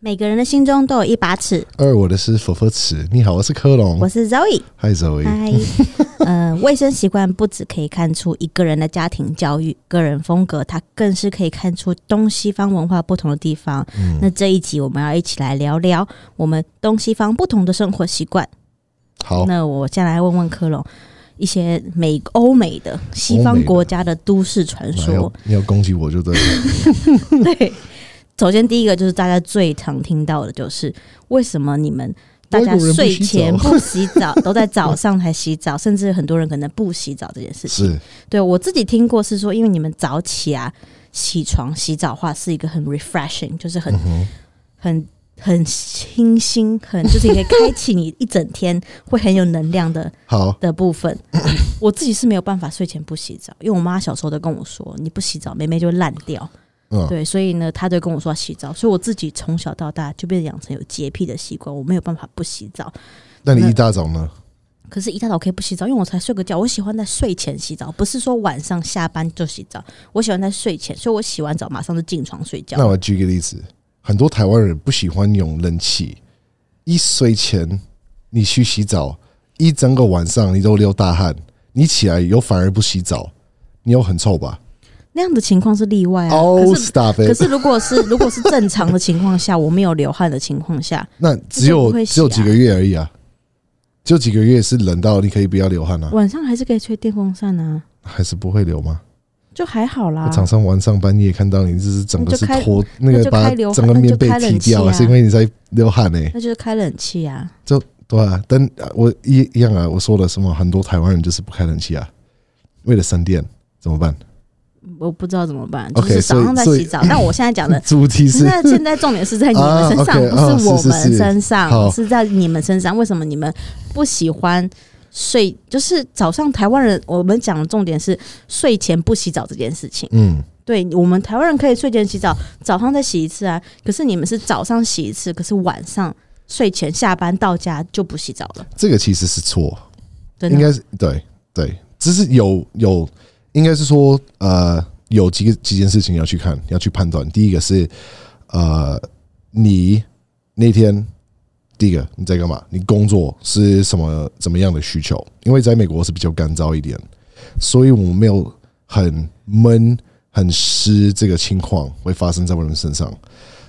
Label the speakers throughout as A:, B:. A: 每个人的心中都有一把尺。
B: 二，我的是佛佛尺。你好，我是科隆
A: 我。是 Zoe，
B: 嗨，Zoe。
A: 嗨。呃，卫生习惯不只可以看出一个人的家庭教育、个人风格，它更是可以看出东西方文化不同的地方。
B: 嗯
A: 那这一集我们要一起来聊聊我们东西方不同的生活习惯。
B: 好，
A: 那我先来问问科隆一些美欧美的西
B: 欧
A: 方
B: 美的哎
A: 国家的都市传
B: 来要
A: 说。
B: 你要攻击我就对 了。
A: 对，首先第一个就是大家最常听到的就是为什么你们大家
B: 外国人不
A: 睡
B: 洗
A: 前
B: 澡
A: 不洗 澡，都在早上才洗澡，甚至很多人可能不洗澡这件事情。
B: 是，
A: 对我自己听过是说，因为你们早起啊，起床洗澡的话是一个很 refreshing，就是
B: 嗯
A: 很、很很清新，很就是你可以开启你一整天会很有能量的
B: 好，
A: 的部分。 我自己是没有办法睡前不洗澡，因为我妈小时候都跟我说，你不洗澡，妹妹就会烂掉。
B: 嗯，
A: 对，所以呢，她就跟我说要洗澡，所以我自己从小到大就被养成有洁癖的习惯，我没有办法不洗澡。
B: 那你一大早呢？
A: 可是，一大早可以不洗澡，因为我才睡个觉。我喜欢在睡前洗澡，不是说晚上下班就洗澡。我喜欢在睡前，所以我洗完澡马上就进床睡觉
B: 那。我举一个例子，很多台湾人不喜欢用冷气，一睡前你去洗澡，一整个晚上你都流大汗，你起来又反而不洗澡，你又很臭吧
A: 那样的情况是例外啊。
B: ？Oh
A: 可是，
B: stop
A: 可
B: it！
A: 是如果是如果是正常的情况下，我没有流汗的情况下，
B: 那
A: 可
B: 只
A: 是我
B: 有
A: 不会洗啊
B: 只有几个月而已啊，只有几个月是冷到你可以不要流汗啊，
A: 晚上还是可以吹电风扇啊，
B: 还是不会流吗？
A: 就还好啦
B: 我。常常晚上半夜看到你，就是整个是脱那
A: 啊那
B: 个
A: 就
B: 把
A: 开流汗
B: 整个棉被
A: 那就开
B: 踢
A: 冷气
B: 掉
A: 啊
B: 是因为你在流汗呢、
A: 那就是开冷气啊。
B: 对啊，但啊我一一样啊，我说了什么？很多台湾人就是不开冷气啊，为了省电怎么办？
A: 我不知道怎么办，就
B: OK，
A: 是早上在
B: 所以。
A: 洗澡。但我现在讲的
B: 主题是
A: 那现在重点是在你们身上，
B: 啊，OK，啊
A: 不是我
B: 是是
A: 们
B: 是
A: 身上，
B: 好
A: 是在你们身上。为什么你们不喜欢睡？就是早上台湾人，我们讲的重点是睡前不洗澡这件事情。
B: 嗯，
A: 对我们台湾人可以睡前洗澡，早上再洗一次啊。可是你们是早上洗一次，可是晚上睡前下班到家就不洗澡了，
B: 这个其实是错，
A: 真
B: 应
A: 的。
B: 该是对对，只是有有，应该是说呃，有几个几件事情要去看，要去判断。第一个是呃，你那天第一个你在干嘛？你工作是什么怎么样的需求？因为在美国是比较干燥一点，所以我们没有很闷、很湿这个情况会发生在我们身上，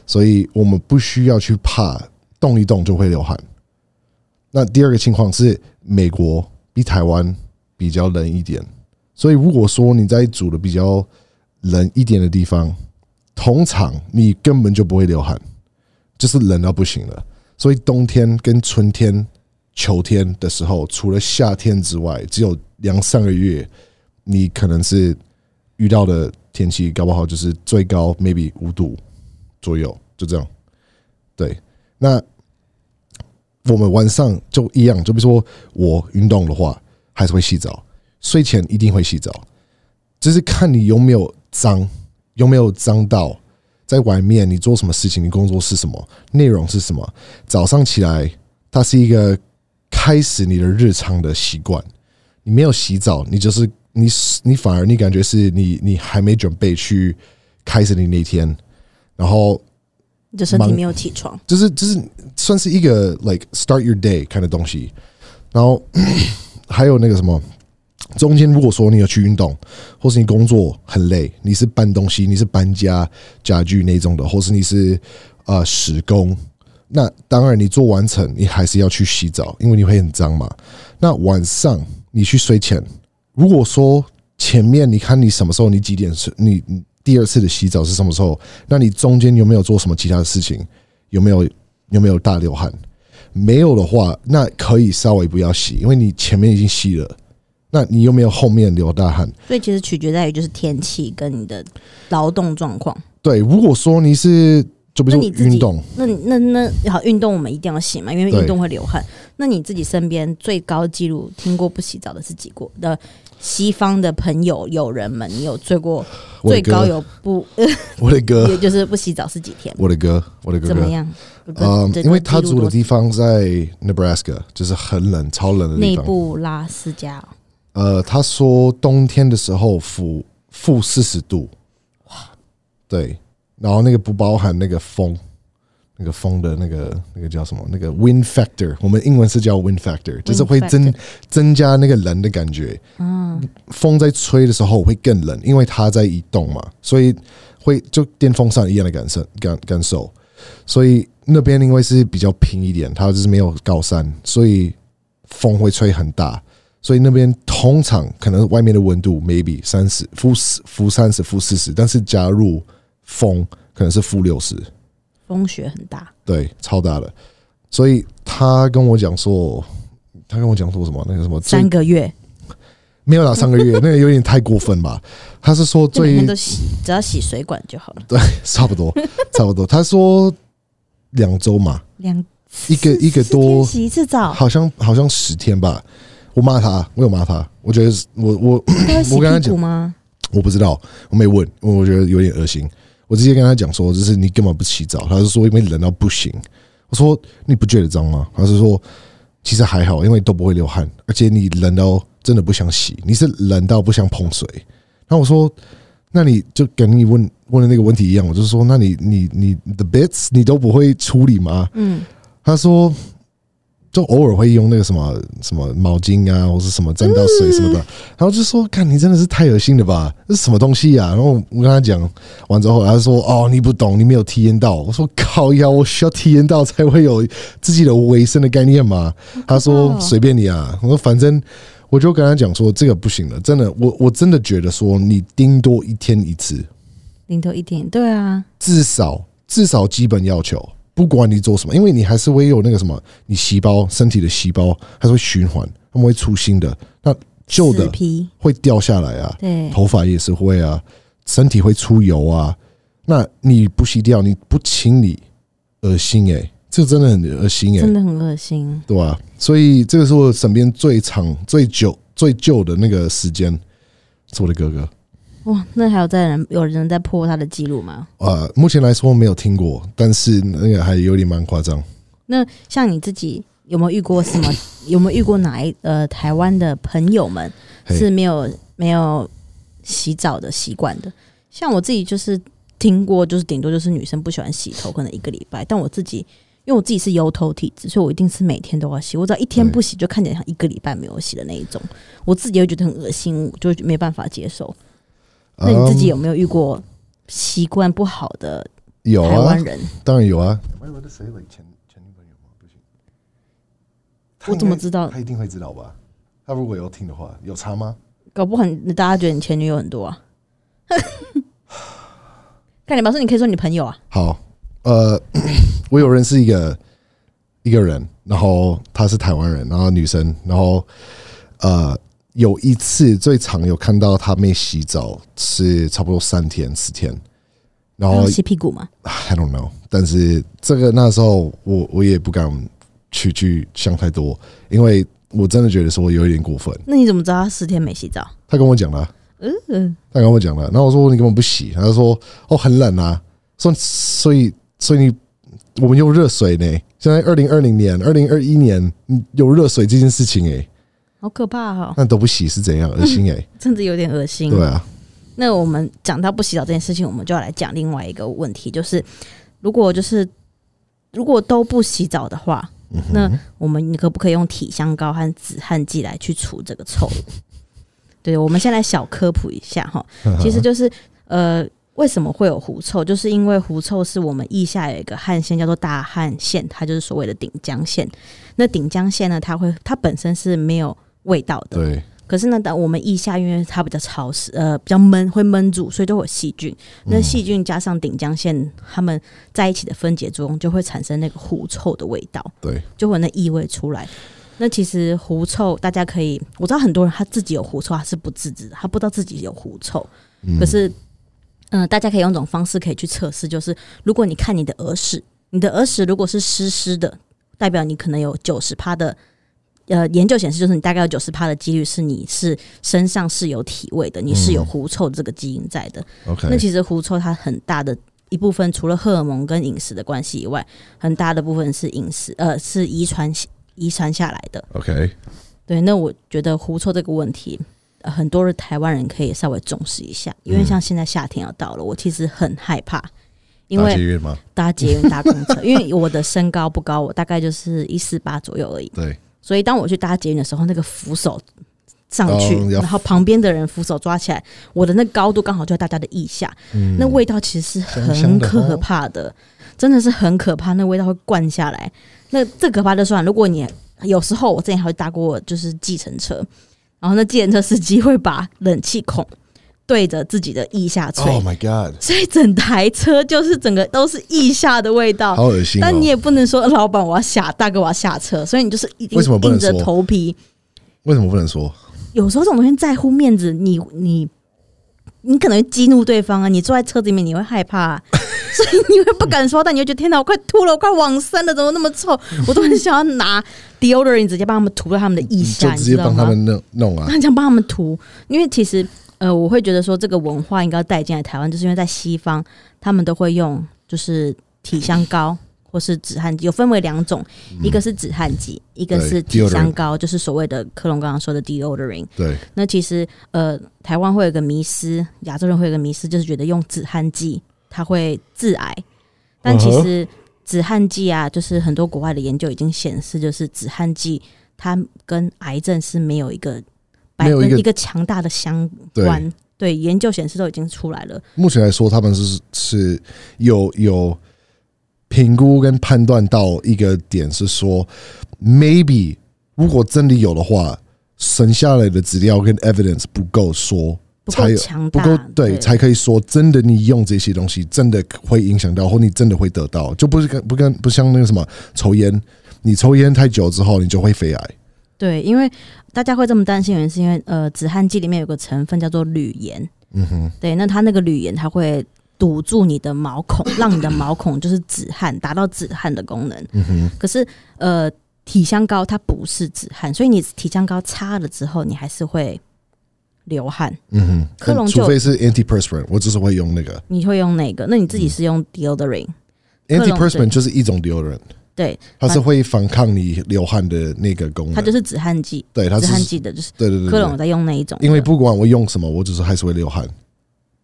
B: 所以我们不需要去怕动一动就会流汗。那第二个情况是，美国比台湾比较冷一点，所以如果说你在住的比较冷一点的地方，通常你根本就不会流汗，就是冷到不行了。所以冬天跟春天、秋天的时候，除了夏天之外，只有两三个月，你可能是遇到的天气，搞不好就是最高 maybe 五度左右，就这样。对，那我们晚上就一样，就比如说我运动的话，还是会洗澡，睡前一定会洗澡，就是看你有没有脏，有没有脏到在外面你做什么事情，你工作是什么，内容是什么。早上起来，它是一个开始你的日常的习惯。你没有洗澡，你就是你你反而你感觉是你你还没准备去开始你那天，然后
A: 你的身体
B: 忙
A: 没有起床，
B: 就是就是算是一个 like start your day 看的东西。然后还有那个什么，中间如果说你有去运动，或是你工作很累，你是搬东西，你是搬家家具那种的，或是你是呃施工，那当然你做完成，你还是要去洗澡，因为你会很脏嘛。那晚上你去睡前，如果说前面你看你什么时候，你几点睡，你你第二次的洗澡是什么时候？那你中间有没有做什么其他的事情？有没有有没有大流汗？没有的话，那可以稍微不要洗，因为你前面已经洗了，那你又没有后面流大汗。
A: 所以其实取决在于就是天气跟你的劳动状况。
B: 对，如果说你是就比
A: 那
B: 如
A: 你
B: 说
A: 自己
B: 运动，
A: 那你那那好，运动我们一定要洗嘛，因为
B: 对
A: 运动会流汗。那你自己身边最高纪录听过不洗澡的是几个的西方的朋友友人们，你有最过
B: 我的
A: 最高
B: 哥，
A: 有不、呃
B: 我的哥，
A: 也就是不洗澡是几天？
B: 我的哥， 我的哥
A: 怎么
B: 哥。
A: 样？
B: 嗯，
A: 这
B: 因为
A: 这
B: 他
A: 记录
B: 住的
A: 多
B: 地方在 Nebraska，就是很冷、超冷的地
A: 内
B: 方。
A: 布拉斯加哦、
B: 呃，他说冬天的时候负负四十度，哇，对，然后那个不包含那个风，那个风的那个那个叫什么？那个 wind factor，我们英文是叫 wind factor，就是会增
A: factor
B: 增加那个冷的感觉。
A: 嗯，
B: 风在吹的时候会更冷，因为它在移动嘛，所以会就电风扇一样的感受感感受。所以那边因为是比较平一点，它就是没有高山，所以风会吹很大。所以那边通常可能外面的温度 maybe 三十负十负三十负四十，但是加入风可能是负六十，
A: 风雪很大，
B: 对，超大的。所以他跟我讲说，他跟我讲说什么？那个什么最
A: 三个月，
B: 没有啦，三个月，那个有点太过分吧？他是说
A: 就每
B: 最
A: 天都洗，只要洗水管就好了。
B: 差不多，差不多。他说两周嘛，
A: 两
B: 一个一个
A: 四天
B: 多，
A: 洗一次澡，
B: 好像好像十天吧。我骂他，我有骂他，我觉得是我我
A: 他会洗
B: 我跟他
A: 屁
B: 讲
A: 股吗？
B: 我不知道，我没问，因为我觉得有点恶心。我直接跟他讲说，就是你根本不洗澡，他就说因为冷到不行。我说你不觉得脏吗？他是说其实还好，因为都不会流汗，而且你冷到真的不想洗，你是冷到不想碰水。那我说，那你就跟你问问的那个问题一样，我就说，那你你你你的 bits 你都不会处理吗？
A: 嗯，
B: 他说，就偶尔会用那个什么什么毛巾啊，或是什么沾到水什么的，然后就说：“看你真的是太恶心了吧，这是什么东西呀、啊？”然后我跟他讲完之后，他说：“哦，你不懂，你没有体验到。”我说：“靠呀，我需要体验到才会有自己的卫生的概念嘛。”他说：“随便你啊。”我说：“反正。”我就跟他讲说，这个不行了，真的，我我真的觉得说，你顶多一天一次，
A: 零头一点，对啊，
B: 至少至少基本要求，不管你做什么，因为你还是会有那个什么，你细胞身体的细胞它是会循环，它们会出新的，那旧
A: 死
B: 的
A: 皮，
B: 会掉下来啊，
A: 对，
B: 头发也是会啊，身体会出油啊，那你不洗掉，你不清理，恶心诶、这真的很恶心诶、
A: 真的很恶心。
B: 对吧、所以这个是我身边最长、最久、最旧的那个时间，是我的哥哥。
A: 哇，那还有在人有人在破他的记录吗？
B: 呃，目前来说没有听过，但是那个还有点蛮夸张。
A: 那像你自己有没有遇过 什么？有没有遇过哪一呃台湾的朋友们
B: 嘿
A: 是没有没有洗澡的习惯的？像我自己就是听过，就是顶多就是女生不喜欢洗头，可能一个礼拜。但我自己因为我自己是油头体质，所以我一定是每天都要洗。我只要一天
B: 对
A: 不洗，就看起来像一个礼拜没有洗的那一种。我自己会觉得很恶心，我就没办法接受。那你自己有没有遇过习惯不好的
B: 嗯有
A: 台
B: 啊
A: 湾？人？
B: 当然有啊。
A: 我怎么知道？
B: 他一定会知道吧？他如果有听的话，有差吗？
A: 搞不好你大家觉得你前女友很多啊。 看你吧，说你可以说你朋友啊，
B: 好， 呃，我有认识一个一个人，然后她是台湾人，然后女生，然后呃，有一次最常有看到她没洗澡是差不多三天四天，然后
A: 要洗屁股嘛，
B: I don't know，但是这个那时候我我也不敢去去想太多，因为我真的觉得说有一点过分。
A: 那你怎么知道他十天没洗澡？
B: 他跟我讲了，
A: 嗯，
B: 他跟我讲了，然后我说你根本不洗，他就说哦很冷啊，说所以所以你我们用热水呢，现在二零二零年、二零二一年嗯有热水这件事情诶、欸
A: 好可怕哦，
B: 那都不洗是怎样恶心诶、欸
A: 真的有点恶心。
B: 对啊，
A: 那我们讲到不洗澡这件事情，我们就要来讲另外一个问题，就是如果就是如果都不洗澡的话，那我们可不可以用体香膏和止汗剂来去除这个臭味？ 对，我们先来小科普一下哈，其实就是呃。为什么会有狐臭？就是因为狐臭是我们腋下有一个汗腺叫做大汗腺，它就是所谓的顶浆腺。那顶浆腺呢，它会它本身是没有味道的，
B: 对
A: 可是呢，当我们腋下因为它比较潮湿，呃，比较闷，会闷住，所以都会有细菌。那细菌加上顶浆腺，它们在一起的分解作用，就会产生那个狐臭的味道，
B: 对，
A: 就会有那异味出来。那其实狐臭，大家可以，我知道很多人他自己有狐臭，他是不自知的，他不知道自己有狐臭。可是，嗯、大家可以用一种方式可以去测试，就是如果你看你的耳屎，你的耳屎如果是湿湿的，代表你可能有九十趴的。呃，研究显示，就是你大概有九十趴的几率是你是身上是有体味的，你是有狐臭这个基因在的。那
B: OK，
A: 其实狐臭它很大的一部分，除了荷尔蒙跟饮食的关系以外，很大的部分是饮食，呃，是遗传遗传下来的。
B: OK，
A: 对，那我觉得狐臭这个问题，呃很多的台湾人可以稍微重视一下，因为像现在夏天要到了，我其实很害怕，因
B: 打
A: 为
B: 捷运吗？
A: 搭捷运、搭公车，因为我的身高不高，我大概就是一四八左右而已，
B: 对，
A: 所以当我去搭捷运的时候，那个扶手上去，
B: 哦要
A: 然后旁边的人扶手抓起来，我的那个高度刚好就在大家的腋下，
B: 嗯
A: 那味道其实是
B: 香香
A: 很
B: 的哦
A: 可怕的，真的是很可怕，那味道会灌下来。那这可怕就算了，如果你有时候我之前还会搭过就是计程车，然后那计程车司机会把冷气孔对着自己的腋下吹。
B: Oh my god，
A: 所以整台车就是整个都是腋下的味道，
B: 好恶心、哦！
A: 但你也不能说老板我要下，大哥我要下车，所以你就是一定
B: 为什么不能
A: 硬着
B: 说
A: 头皮。
B: 为什么不能说？
A: 有时候这种东西在乎面子，你你你可能会激怒对方啊，你坐在车子里面你会害怕啊、 所以你会不敢说，但你会觉得天哪，我快吐了，我快往生了，怎么那么臭？我都很想要拿 deodorant 直接帮他们涂到他们的腋
B: 就
A: 下，你
B: 直
A: 知
B: 接
A: 道
B: 帮他
A: 吗？
B: 们弄 弄啊！
A: 很想帮他们涂，因为其实呃，我会觉得说这个文化应该要带进来台湾，就是因为在西方他们都会用就是体香膏或是止汗剂，有分为两种，一个是止汗剂，一个
B: 对
A: 是体香
B: deodorant
A: 膏，就是所谓的克隆刚刚说的 deodorant。
B: 对，
A: 那其实呃，台湾会有一个迷思，亚洲人会有一个迷思，就是觉得用止汗剂它会致癌，但其嗯实止汗剂啊，就是很多国外的研究已经显示，就是止汗剂它跟癌症是没有一个百
B: 没有一
A: 分
B: 个
A: 一个强大的相
B: 对
A: 关。对，研究显示都已经出来了。
B: 目前来说，他们是是有有评估跟判断到一个点，是说 maybe 如果真的有的话，省下来的资料跟 evidence 不够说。
A: 不
B: 才
A: 够
B: 有
A: 强
B: 不
A: 大，
B: 够对，才可以说真的，你用这些东西真的会影响到，或你真的会得到，就不是跟不跟不像那个什么抽烟，你抽烟太久之后，你就会肺癌。
A: 对，因为大家会这么担心，原因是因为呃，止汗剂里面有个成分叫做铝盐，
B: 嗯哼，
A: 对，那它那个铝盐它会堵住你的毛孔，让你的毛孔就是止汗，达到止汗的功能。
B: 嗯哼，
A: 可是呃，体香膏它不是止汗，所以你体香膏擦了之后，你还是会流汗。
B: 嗯哼。
A: 克隆就
B: 除非是 antiperspirant，我只是会用那个
A: 你会用哪个？那你自己
B: 嗯
A: 是用 deodorant，、克隆
B: antiperspirant，就是一种 deodorant，
A: 对，
B: 它是会反抗你流汗的那个功能。
A: 它就是止汗剂，
B: 对，嗯它
A: 止汗
B: 是
A: 剂的就是
B: 对对对
A: 克隆
B: 对
A: 有，在用那一种的，
B: 因为不管我用什么，我只是还是会流汗。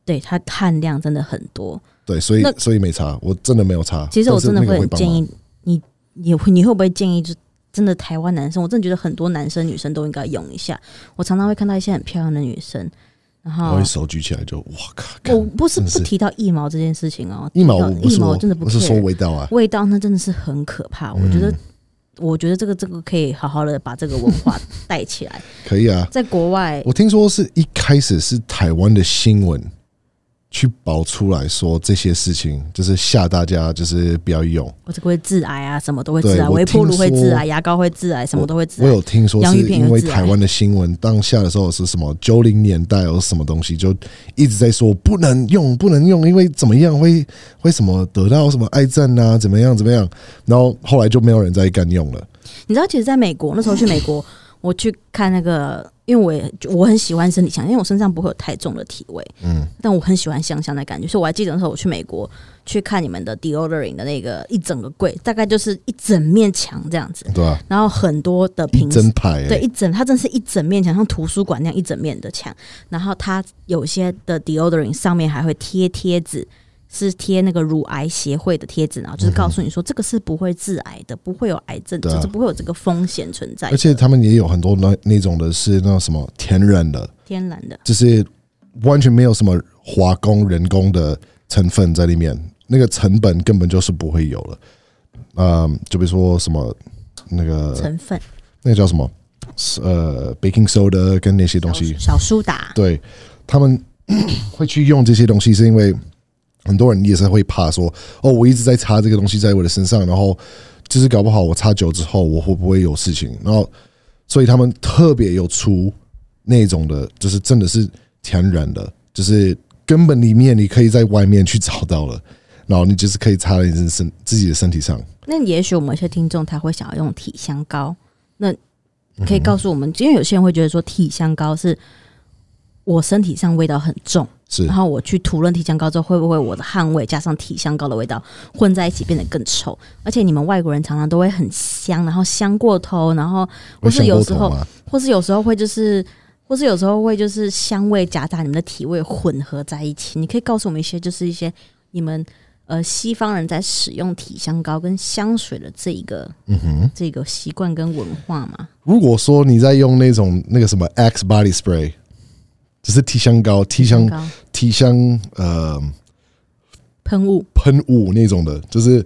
A: 对它汗量真的很多。
B: 对，所以
A: 那
B: 所以没擦，我真的没有擦。
A: 其实我
B: 但是
A: 真的
B: 那个
A: 会很
B: 帮
A: 建
B: 忙
A: 议你，你会你会不会建议就真的台湾男生？我真的觉得很多男生女生都应该用一下。我常常会看到一些很漂亮的女生，然
B: 我
A: 后
B: 会手举起来就哇靠！
A: 啊我不是
B: 真的
A: 不
B: 是
A: 提到腋毛这件事情哦，
B: 一毛
A: 提到
B: 我不
A: 腋
B: 是
A: 毛
B: 我
A: 真的不
B: 我嗯是说
A: care，
B: 味道啊，
A: 味道那真的是很可怕。我觉得，我觉得这个这个可以好好的把这个文化带起来。
B: 可以啊。
A: 在国外，
B: 我听说是一开始是台湾的新闻去爆出来说这些事情，就是吓大家，就是不要用。
A: 我这个会致癌啊，什么都会
B: 对
A: 致癌，
B: 我
A: 微波炉会
B: 听
A: 致
B: 说
A: 癌，牙膏会致癌，什么都会致
B: 我
A: 癌
B: 有。听说
A: 洋
B: 是
A: 芋片啊
B: 因为
A: 有致癌
B: 台湾的新闻当下的时候是什么九零年代有什么东西，就一直在说不能用，不能用，因为怎么样会会什么得到什么癌症啊，怎么样怎么样，然后后来就没有人再敢用了。
A: 你知道，其实在美国那时候去美国，我去看那个，因为我也我很喜欢身体香，因为我身上不会有太重的体味，
B: 嗯，
A: 但我很喜欢香香的感觉，所以我还记得那时候我去美国去看你们的 deodorant 的那个一整个柜，大概就是一整面墙这样子，
B: 对吧、
A: 然后很多的
B: 一
A: 瓶子
B: 整排、欸，
A: 对，一整它真是一整面墙，像图书馆那样一整面的墙。然后它有些的 deodorant 上面还会贴贴纸，是贴那个乳癌协会的贴纸，然后就是告诉你说这个是不会致癌的，不会有癌症，
B: 嗯对啊
A: 就是不会有这个风险存在
B: 而，且他们也有很多那那种的是那种什么天然的，
A: 天然的。
B: 就是完全没有什么化工、人工的成分在里面，那个成本根本就是不会有了。嗯，就比如说什么那个
A: 成分
B: 那个叫什么呃，baking soda 跟那些东西，
A: 小苏打，
B: 对他们会去用这些东西，是因为很多人也是会怕说，哦，我一直在擦这个东西在我的身上，然后就是搞不好我擦久之后，我会不会有事情？然后，所以他们特别有出那种的，就是真的是天然的，就是根本里面你可以在外面去找到了，然后你就是可以擦在你自身自己的身体上。
A: 那也许我们有些听众他会想要用体香膏，那
B: 嗯
A: 可以告诉我们，因为有些人会觉得说体香膏是我身体上味道很重，
B: 是
A: 然后我去涂了体香膏之后，会不会我的汗味加上体香膏的味道混在一起变得更臭？而且你们外国人常常都会很香，然后香过头，然后或
B: 我
A: 是
B: 想啊
A: 有
B: 过
A: 时
B: 头
A: 候，
B: 吗？
A: 或是有时候会就是。 或是有时候会就是香味夹杂你们的体味混合在一起，你可以告诉我们一些就是一些你们呃西方人在使用体香膏跟香水的这一个
B: 嗯哼，
A: 这个习惯跟文化嘛。
B: 如果说你在用那种那个什么 X body spray，就是体香膏、体香
A: 膏
B: 体香呃
A: 喷雾
B: 喷雾那种的，就是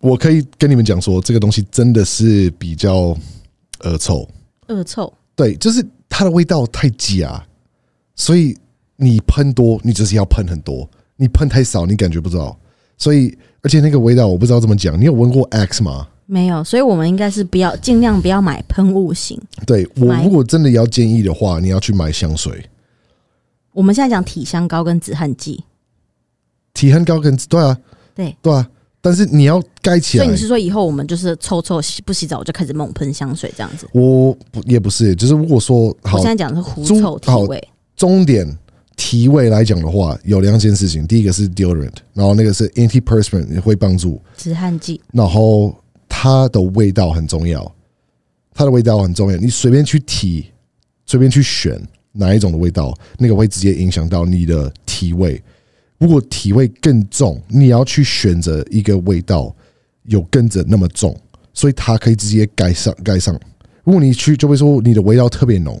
B: 我可以跟你们讲说，这个东西真的是比较恶臭。
A: 恶臭，
B: 对，就是它的味道太假，所以你喷多，你就是要喷很多；你喷太少，你感觉不到。所以，而且那个味道我不知道怎么讲。你有闻过 X 吗？
A: 没有，所以我们应该是不要尽量不要买喷雾型。
B: 对我
A: 买
B: 如果真的要建议的话，你要去买香水、
A: 我们现在讲体香膏跟止汗剂，
B: 体香膏跟对啊，
A: 对，
B: 对啊。但是你要盖起
A: 所
B: 来
A: 以你，是说以后我们就是臭臭洗不洗澡我就开始猛喷香水这样子？
B: 我不也不是，就是如果说
A: 我
B: 好
A: 现在讲的是狐
B: 猪
A: 臭体
B: 好
A: 味，
B: 终点提味来讲的话，有两件事情，第一个是 deodorant，然后那个是 antiperspirant 也会帮助，
A: 止汗剂
B: 然后它的味道很重要，它的味道很重要。你随便去提，随便去选哪一种的味道，那个会直接影响到你的体味。如果体味更重，你要去选择一个味道有跟着那么重，所以它可以直接盖上盖上。如果你去，就会说你的味道特别浓，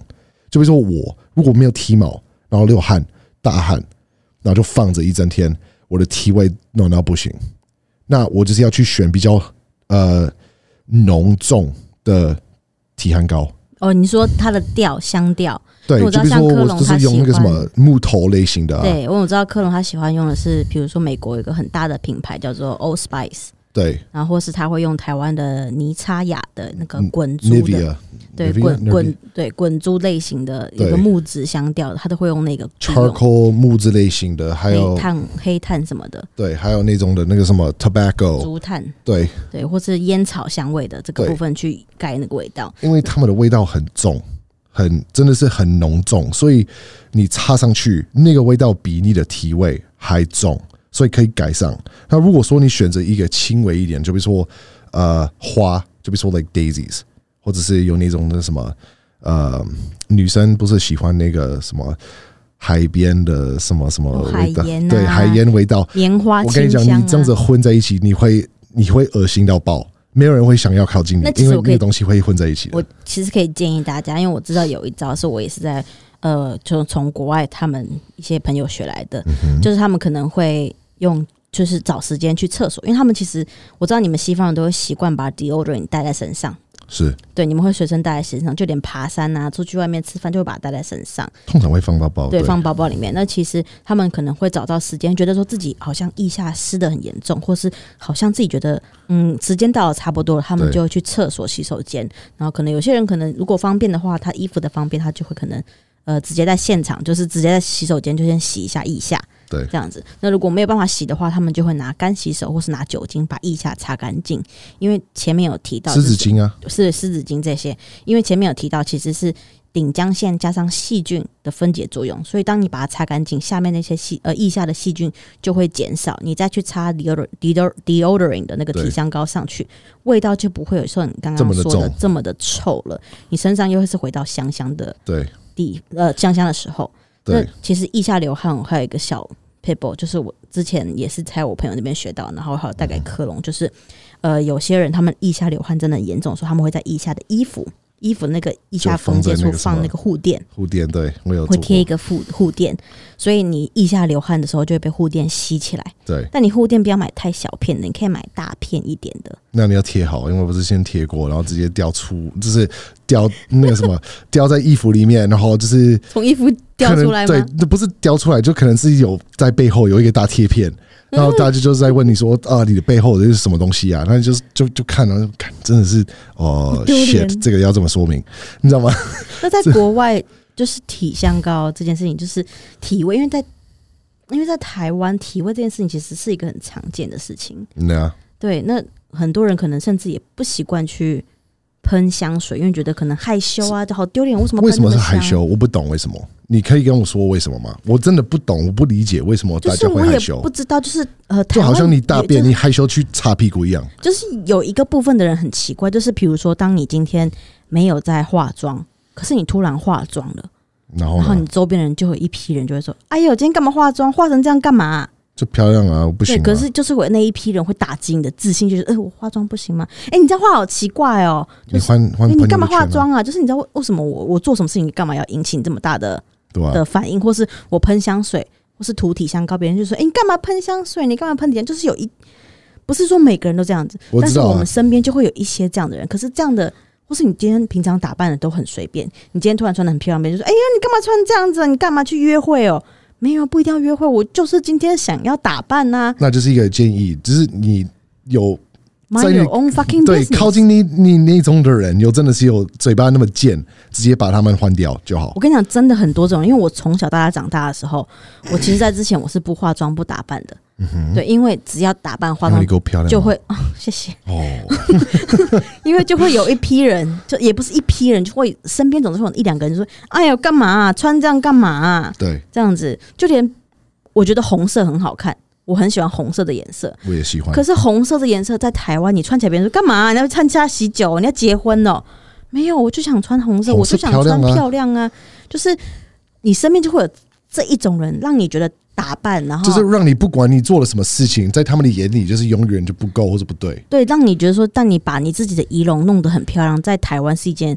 B: 就比如说我如果没有体毛，然后流汗大汗，然后就放着一整天，我的体味浓到不行。那我就是要去选比较呃浓重的体汗膏。
A: 哦，你说它的调香调，
B: 对，
A: 我知
B: 就
A: 道
B: 比
A: 像
B: 如说
A: 科
B: 我
A: 隆
B: 就是
A: 他
B: 用那个
A: 喜
B: 什
A: 欢
B: 么木头类型的、啊，
A: 对，我有知道科隆他喜欢用的是，比如说美国有一个很大的品牌叫做 Old Spice，
B: 对
A: 然后或是他会用台湾的尼差雅的那个滚珠的，
B: ，Nivea
A: 对
B: Nivea，
A: 滚
B: Nivea
A: 滚对滚珠类型的一
B: 对
A: 个木质香调，他都会用那个去用
B: charcoal 木质类型的，还有
A: 黑炭黑炭什么的
B: 对，还有那种的那个什么 tobacco，
A: 竹炭，
B: 对，
A: 对，或是烟草香味的这个
B: 对
A: 部分去盖那个味道。
B: 因为它们的味道很重。很真的是很浓重，所以你擦上去那个味道比你的体味还重，所以可以改上。那如果说你选择一个轻微一点，就比如说呃花，就比如说 like daisies，或者是有那种的什么呃女生不是喜欢那个什么海边的什么什么
A: 哦
B: 味道，
A: 海盐啊
B: 对海盐味道。
A: 棉花
B: 我
A: 清
B: 跟你
A: 香、
B: 讲，
A: 啊、
B: 你这样子混在一起，你会你会恶心到爆，没有人会想要靠近你
A: 那，其
B: 因
A: 实
B: 为
A: 我可以
B: 那个东西会混在一起的
A: 我。其实可以建议大家，因为我知道有一招是我也是在呃，就从国外他们一些朋友学来的，
B: 嗯
A: 就是他们可能会用。就是找时间去厕所，因为他们其实我知道你们西方人都会习惯把 deodorant 带在身上，
B: 是，
A: 对，你们会随身带在身上，就连爬山啊、出去外面吃饭就会把它带在身上，
B: 通常会放到爆。
A: 对，
B: 对，
A: 放包包里面。那其实他们可能会找到时间，觉得说自己好像腋下湿的很严重，或是好像自己觉得嗯时间到了差不多了，他们
B: 对
A: 就会去厕所、洗手间。然后可能有些人可能如果方便的话，他衣服的方便，他就会可能呃直接在现场，就是直接在洗手间就先洗一下腋下，
B: 对
A: 这样子。那如果没有办法洗的话，他们就会拿干洗手或是拿酒精把腋下擦干净，因为前面有提到
B: 湿
A: 就是
B: 纸巾啊，
A: 是湿纸巾这些，因为前面有提到，其实是顶浆腺加上细菌的分解作用，所以当你把它擦干净，下面那些细呃腋下的细菌就会减少，你再去擦 deodorant deodor- deodorant 的那个
B: 对
A: 体香膏上去，味道就不会有时候你刚
B: 这么
A: 刚
B: 的
A: 说的
B: 重
A: 这么的臭了，你身上又会是回到香香的
B: 对
A: 地呃香香的时候。那
B: 对，
A: 其实腋下流汗，我还有一个小 people，就是我之前也是在我朋友那边学到，然后还有带给科隆，就是呃，有些人他们腋下流汗真的很严重的时候，说他们会在腋下的衣服衣服那个腋下
B: 就放
A: 缝
B: 在
A: 接处
B: 那个什
A: 放
B: 么
A: 那个护垫，
B: 护垫，对我有
A: 会
B: 做
A: 贴一
B: 过，
A: 个护护垫，所以你腋下流汗的时候就会被护垫吸起来。
B: 对，
A: 但你护垫不要买太小片的，你可以买大片一点的。
B: 那你要贴好，因为我不是先贴过，然后直接掉出，就是掉那个什 么，掉在衣服里面，然后就是
A: 从衣服
B: 可能对，那不是掉出来，就可能是有在背后有一个大贴片，
A: 嗯
B: 然后大家就是在问你说啊，你的背后这是什么东西啊？那你就是就就看了，看真的是哦
A: 丢脸
B: ，shit，这个要怎么说明？你知道吗？
A: 那在国外，就是体香膏这件事情，就是体味，因为在因为在台湾，体味这件事情其实是一个很常见的事情。
B: 对啊，
A: 对，那很多人可能甚至也不习惯去喷香水，因为觉得可能害羞啊，就好丢脸，为什么
B: 为
A: 喷
B: 什么是
A: 那香
B: 害？羞？我不懂为什么。你可以跟我说为什么吗？我真的不懂，我不理解为什么
A: 就
B: 大
A: 是
B: 家会
A: 我
B: 害
A: 也
B: 羞
A: 不，知道，就是呃，
B: 就好像你
A: 台
B: 大
A: 湾也
B: 便你害羞去擦屁股一样。
A: 就是有一个部分的人很奇怪，就是比如说，当你今天没有在化妆，可是你突然化妆了，
B: 然后
A: 然后
B: 呢
A: 你？周边的人就有一批人就会说：“哎呦，今天干嘛化妆？化成这样干嘛、
B: 就漂亮啊，我不行、
A: 对，
B: 啊。
A: 可是就是我那一批人会打击你的自信，就是，哎、我化妆不行吗？哎、你这样化好奇怪哦、
B: 你换换
A: 哎、
B: 朋友
A: 你干嘛
B: 圈啊
A: 化？妆啊？就是你知道为为什么我我做什么事情，你干嘛要引起你这么大的
B: 对吧、
A: 的反应，或是我喷香水，或是涂体香膏，别人就说：“哎、你干嘛喷香水？你干嘛喷体香？”就是有一不是说每个人都这样子，
B: 我
A: 但
B: 知
A: 是
B: 道
A: 我
B: 啊
A: 们，身边就会有一些这样的人。可是这样的，或是你今天平常打扮的都很随便，你今天突然穿的很漂亮，别人就说：“哎呀，你干嘛穿这样子啊？你干嘛去约会哦？”没有，不一定要约会，我就是今天想要打扮啊呐、
B: 那就是一个建议，只是你有
A: m
B: 在
A: y
B: 你
A: your own fucking
B: 对
A: business。
B: 靠近你你那种的人，有真的是有嘴巴那么贱，直接把他们换掉就好
A: 我。跟你讲，真的很多种，因为我从小到大长大的时候，我其实在之前我是不化妆、不打扮的。
B: 嗯
A: 对，因为只要打扮化
B: 然后
A: 妆
B: 你够漂亮吗，啊
A: 就会、哦、谢谢。
B: 哦，
A: 因为就会有一批人，就也不是一批人，就会身边总是会有一两个人就说：“哎呦，干嘛啊、穿这样干嘛啊、
B: 对
A: 这样子，就连我觉得红色很好看，我很喜欢红色的颜色。
B: 我也喜欢
A: 可。是红色的颜色在台湾，你穿起来别人说干嘛啊、你要参加喜酒，你要结婚哦？没有，我就想穿红色，
B: 红
A: 我
B: 色
A: 就想穿
B: 漂亮啊
A: 漂亮啊。就是你身边就会有这一种人，让你觉得打扮，然后
B: 就是让你不管你做了什么事情，在他们的眼里就是永远就不够或者不对。
A: 对，让你觉得说，但你把你自己的仪容弄得很漂亮，在台湾是一件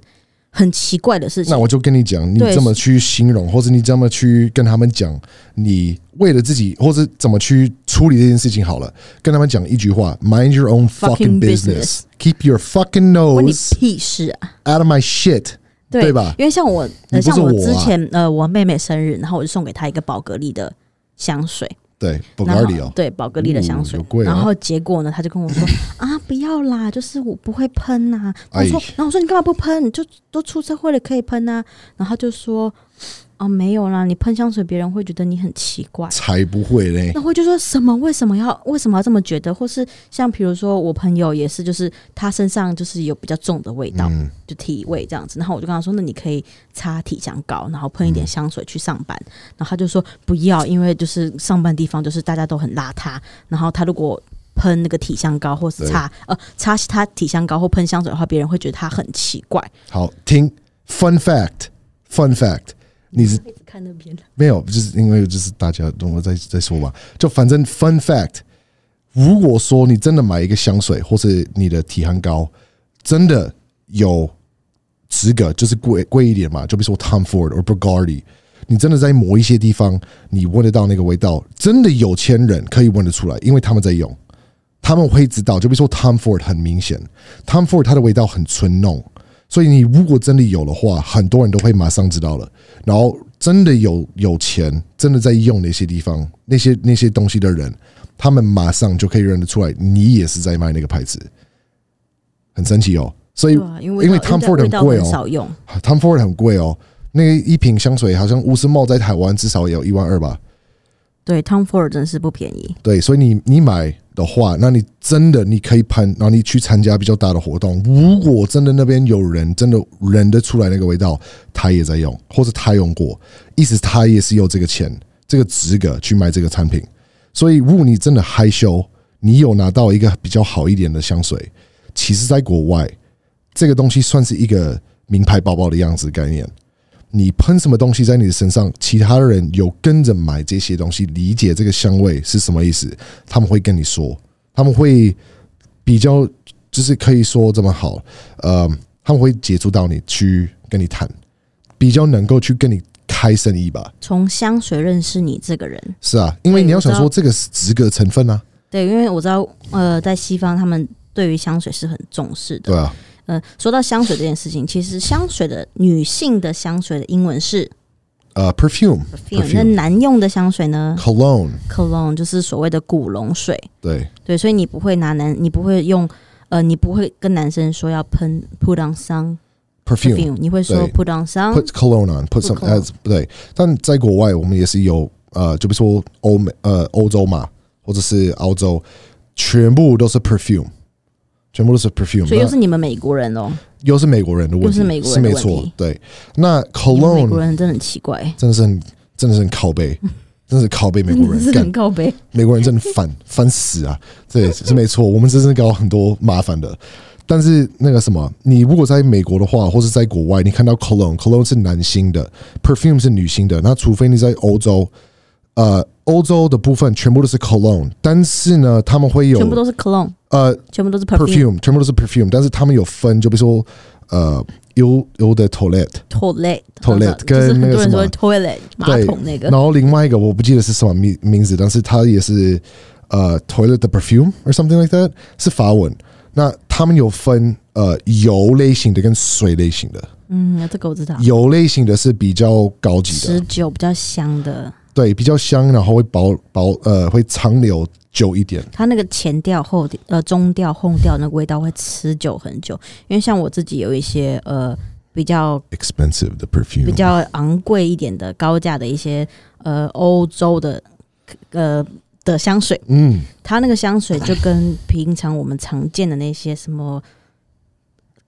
A: 很奇怪的事情
B: 那。我就跟你讲，你
A: 对
B: 怎么去形容，或者你怎么去跟他们讲，你为了自己，或者怎么去处理这件事情好了，跟他们讲一句话：Mind your own fucking
A: Fucking
B: business, keep your fucking
A: 关你
B: nose
A: 屁事啊！
B: out of my shit，
A: 对
B: 对吧？
A: 因为像我，
B: 你
A: 呃、
B: 不是
A: 像
B: 我啊
A: 之前呃，我妹妹生日，然后我就送给她一个宝格丽的香水，
B: 对
A: 然后
B: ，Bulgari 哦，
A: 对，宝格丽的香水
B: 哦有、贵哦
A: 然后结果呢，她就跟我说 啊，不要啦，就是我不会喷呐、
B: 哎
A: 我说，然后我说你干嘛不喷？你就都出社会了，可以喷呐、然后她就说啊，没有啦，你喷香水，别人会觉得你很奇怪。
B: 才不会嘞。
A: 那会就说什么？为什么要为什么要这么觉得？或是像比如说我朋友也是，就是他身上就是有比较重的味道，
B: 嗯
A: 就体味这样子。然后我就跟他说，那你可以擦体香膏，然后喷一
B: 嗯
A: 点香水去上班。然后他就说不要，因为就是上班地方就是大家都很邋遢，然后他如果。喷那个体香膏，或是擦呃擦他体香膏或喷香水的话，别人会觉得他很奇怪。
B: 好，听，Fun fact，Fun fact，你是
A: 一直看那边，
B: 没有，就是因为就是大家懂我在在说嘛，就反正 fun fact，如果说你真的买一个香水或是你的体香膏，真的有值个，就是贵贵一点嘛，就比如说 Tom Ford 或 Bulgari，你真的在某一些地方你闻得到那个味道，真的有钱人可以闻得出来，因为他们在用，他们会知道，就比如说 Tom Ford 很明显，Tom Ford 它的味道很醇浓。所以你如果真的有的话，很多人都会马上知道了。然后真的有有钱，真的在用那些地方、那些那些东西的人，他们马上就可以认得出来，你也是在卖那个牌子，很神奇哦。所以
A: 对啊，因为
B: 因
A: 味
B: 为
A: 道
B: Tom Ford
A: 味
B: 很
A: 道
B: 贵哦，
A: 少用，
B: Tom Ford 很贵哦，那个一瓶香水好像乌斯茂在台湾至少也有一万二吧。
A: 对 Tom Ford 真的是不便宜。
B: 对，所以你你买的话，那你真的你可以喷，然后你去参加比较大的活动。如果真的那边有人真的认得出来那个味道，他也在用，或者他用过，意思是他也是有这个钱、这个资格去买这个产品。所以，如果你真的害羞，你有拿到一个比较好一点的香水，其实在国外，这个东西算是一个名牌包包的样子概念。你喷什么东西在你的身上，其他人有跟着买这些东西，理解这个香味是什么意思，他们会跟你说，他们会比较就是可以说这么好，呃，他们会接触到你去跟你谈，比较能够去跟你开生意吧。
A: 从香水认识你这个人。
B: 是啊，因为
A: 对
B: 你要
A: 我知
B: 想说
A: 道
B: 这个是值个成分啊，
A: 对，因为我知道，呃，在西方他们对于香水是很重视的。
B: 对啊，
A: 呃，说到香水这件事情，其实香水的女性的香水的英文是
B: 呃，perfume、
A: perfume，那男用的香水呢
B: cologne，
A: cologne，就是所谓的古龙水。
B: 对
A: 对，所以你不会拿男，你不会用，呃，你不会跟男生说要喷 put on some
B: ，perfume。
A: perfume，你会说
B: 对
A: put on some
B: put cologne on, put some
A: cologne
B: as 不对，但在国外我们也是有呃，就比如说欧美呃欧洲嘛，或者是澳洲，全部都是 perfume，全部都是 perfume，
A: 所以又
B: 那
A: 是你们美国人哦，
B: 又是美国人的问题，
A: 又是美国人的
B: 没
A: 问题
B: 错，对。
A: 你
B: 那
A: 们美
B: cologne
A: 国人真的很奇怪，
B: 真的是很真的是很 靠背，真的是靠背美国人，
A: 是
B: 干
A: 很靠北。
B: 美国人真的烦烦死啊！对，是没错，我们真是搞很多麻烦的。但是那个什么，你如果在美国的话，或是在国外，你看到 cologne，cologne 是男性的，perfume 是女性的。那除非你在欧洲，呃，欧洲的部分全部都是 cologne，但是呢，他们会有
A: 全部都是 cologne，
B: 呃
A: 全部都是 perfume
B: perfume，全部都是 perfume，但是他们有分，就比如说呃 u u 的 toilet，
A: toilet
B: toilet，
A: 就是
B: 跟
A: 很
B: 那个
A: 多人
B: 什么
A: 说 toilet 马
B: 对
A: 桶那个
B: 然，后另外一个我不记得是什么名名字，但是它也是呃 toilet 的 perfume or something like that，是法文。那他们有分呃油类型的跟水类型的，
A: 嗯，这个我知道，
B: 油类型的是比较高级
A: 持
B: 的，
A: 久比较香的，
B: 对，比较香，然后会保保呃会长留久一点。
A: 它那个前调后调呃中调后调那个味道会持久很久，因为像我自己有一些呃比较
B: expensive 的 perfume
A: 比较昂贵一点的高价的一些呃欧洲的呃的香水，
B: 嗯
A: 它那个香水就跟平常我们常见的那些什么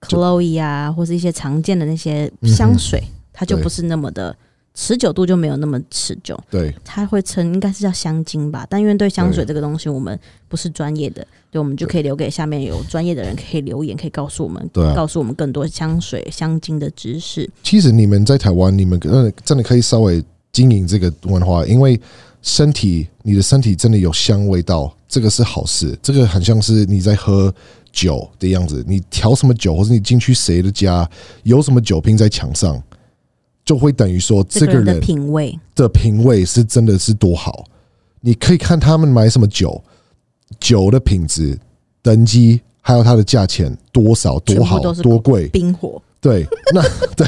A: Chloe 啊，或是一些常见的那些香水，它就
B: 对
A: 不是那么的持久度就没有那么持久，
B: 对
A: 它会称应该是叫香精吧，但因为对香水
B: 对
A: 这个东西我们不是专业的，对，我们就可以留给下面有专业的人可以留言，可以告诉我们，
B: 对啊
A: 告诉我们更多香水香精的知识。
B: 其实你们在台湾，你们呃真的可以稍微经营这个呃文化，因为身体，你的身体真的有香味道，这个是好事。这个很像是你在喝酒的样子，你调什么酒，或者你进去谁的家，有什么酒瓶在墙上，就会等于说这
A: 这
B: 个
A: 个人的
B: 人
A: 品味，
B: 的品味是真的是多好。你可以看他们买什么酒，酒的品质、等级，还有它的价钱多少、多
A: 全
B: 好
A: 部都、是
B: 多贵，
A: 冰火，
B: 对， 那对，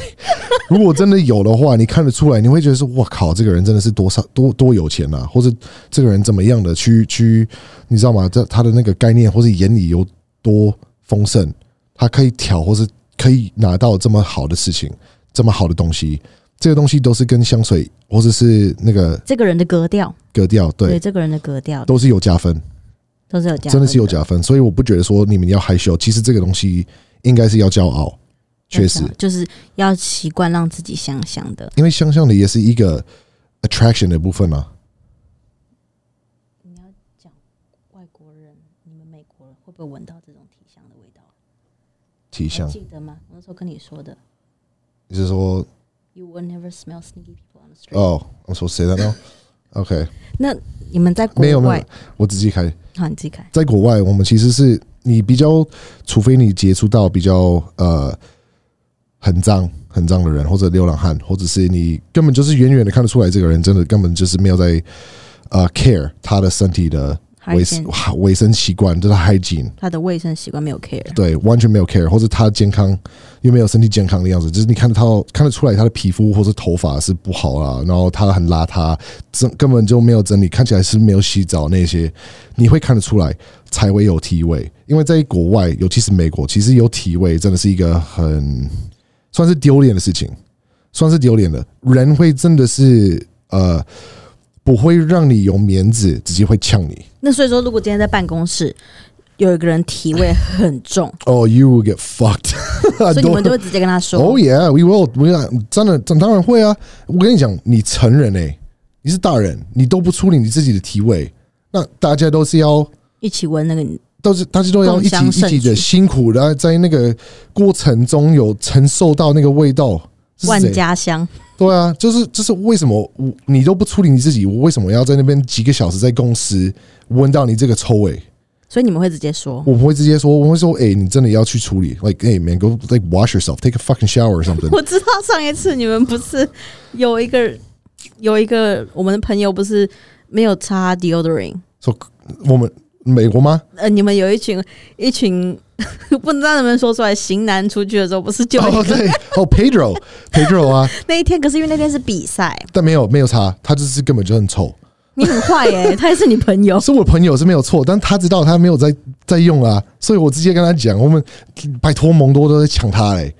B: 如果真的有的话，你看得出来，你会觉得说，我靠，这个人真的是多少多多有钱呐、或者这个人怎么样的去去，你知道吗？这他的那个概念或者眼里有多丰盛，他可以挑，或是可以拿到这么好的事情，这么好的东西，这个东西都是跟香水或者是那个
A: 这个人的格调，
B: 格调，
A: 对
B: 对，
A: 这个人的格调
B: 都是有加分，
A: 都是有加分，
B: 真的是有加分，所以我不觉得说你们要害羞，其实这个东西应该是要骄傲，确实
A: 要。加就是要习惯让自己香香的。
B: 因为香香的也是一个 attraction 的部分啊嘛、
A: 你要讲外国人，你们美国人会不会闻到这种体香的味道？
B: 体香
A: 还，记得吗？我那时候跟你说的
B: 就是说，
A: ，You will never smell sneaky people on the street。
B: 哦，我说谁 的呢？OK，
A: 那你们在国
B: 没有没
A: 外
B: 有，，我自己开。
A: 好，你自己看，
B: 在国外，我们其实是你比较，除非你接触到比较呃很脏很脏的人，或者流浪汉，或者是你根本就是远远的看得出来，这个人真的根本就是没有在呃 care 他的身体的
A: 还
B: 卫
A: 有
B: 卫生习惯，就是 hygiene。
A: 他的卫生习惯没有 care，
B: 对，完全没有 care，或者他健康又没有身体健康的样子，就是你看得到看得出来他的皮肤或者头发是不好啦，然后他很邋遢，整根本就没有整理，看起来是没有洗澡那些，你会看得出来才会有体味，因为在国外，尤其是美国，其实有体味真的是一个很算是丢脸的事情，算是丢脸的，人会真的是呃不会让你有面子，直接会呛你。
A: 那所以说，如果今天在办公室有一个人体味很重，
B: 哦、y o u will get fucked
A: 所以你们就会直接跟他说，
B: 哦耶，we will，我跟你讲，真的，真当然会啊！我跟你讲，你成人哎、你是大人，你都不处理你自己的体味，那大家都是要，
A: 一起闻那个
B: 都是大家都要一起
A: 共襄盛
B: 一
A: 举
B: 起的辛苦，然后在那个过程中有承受到那个味道，是
A: 万
B: 谁
A: 家香，
B: 对啊，就是就是为什么我你都不处理你自己，我为什么要在那边几个小时在公司闻到你这个臭味？
A: 所以你们会直接说，
B: 我不会直接说，我会说，哎、你真的要去处理，like，哎、m a n g o like wash yourself，take a fucking shower or something。
A: 我知道上一次你们不是有一个有一个我们的朋友不是没有擦 deodorant，
B: 说我们美国吗？
A: 呃，你们有一群一群 不知道能不能说出来，型男出去的时候不是就有一
B: 哦，
A: 个、
B: 对，哦，Pedro，Pedro 啊，
A: 那一天，可是因为那天是比赛，
B: 但没有没有差，他就是根本就很臭。
A: 你很坏耶、 他也是你朋友，
B: 是我朋友是没有错，但他知道他没有在在用啊，所以我直接跟他讲，我们拜托蒙多都在抢他嘞。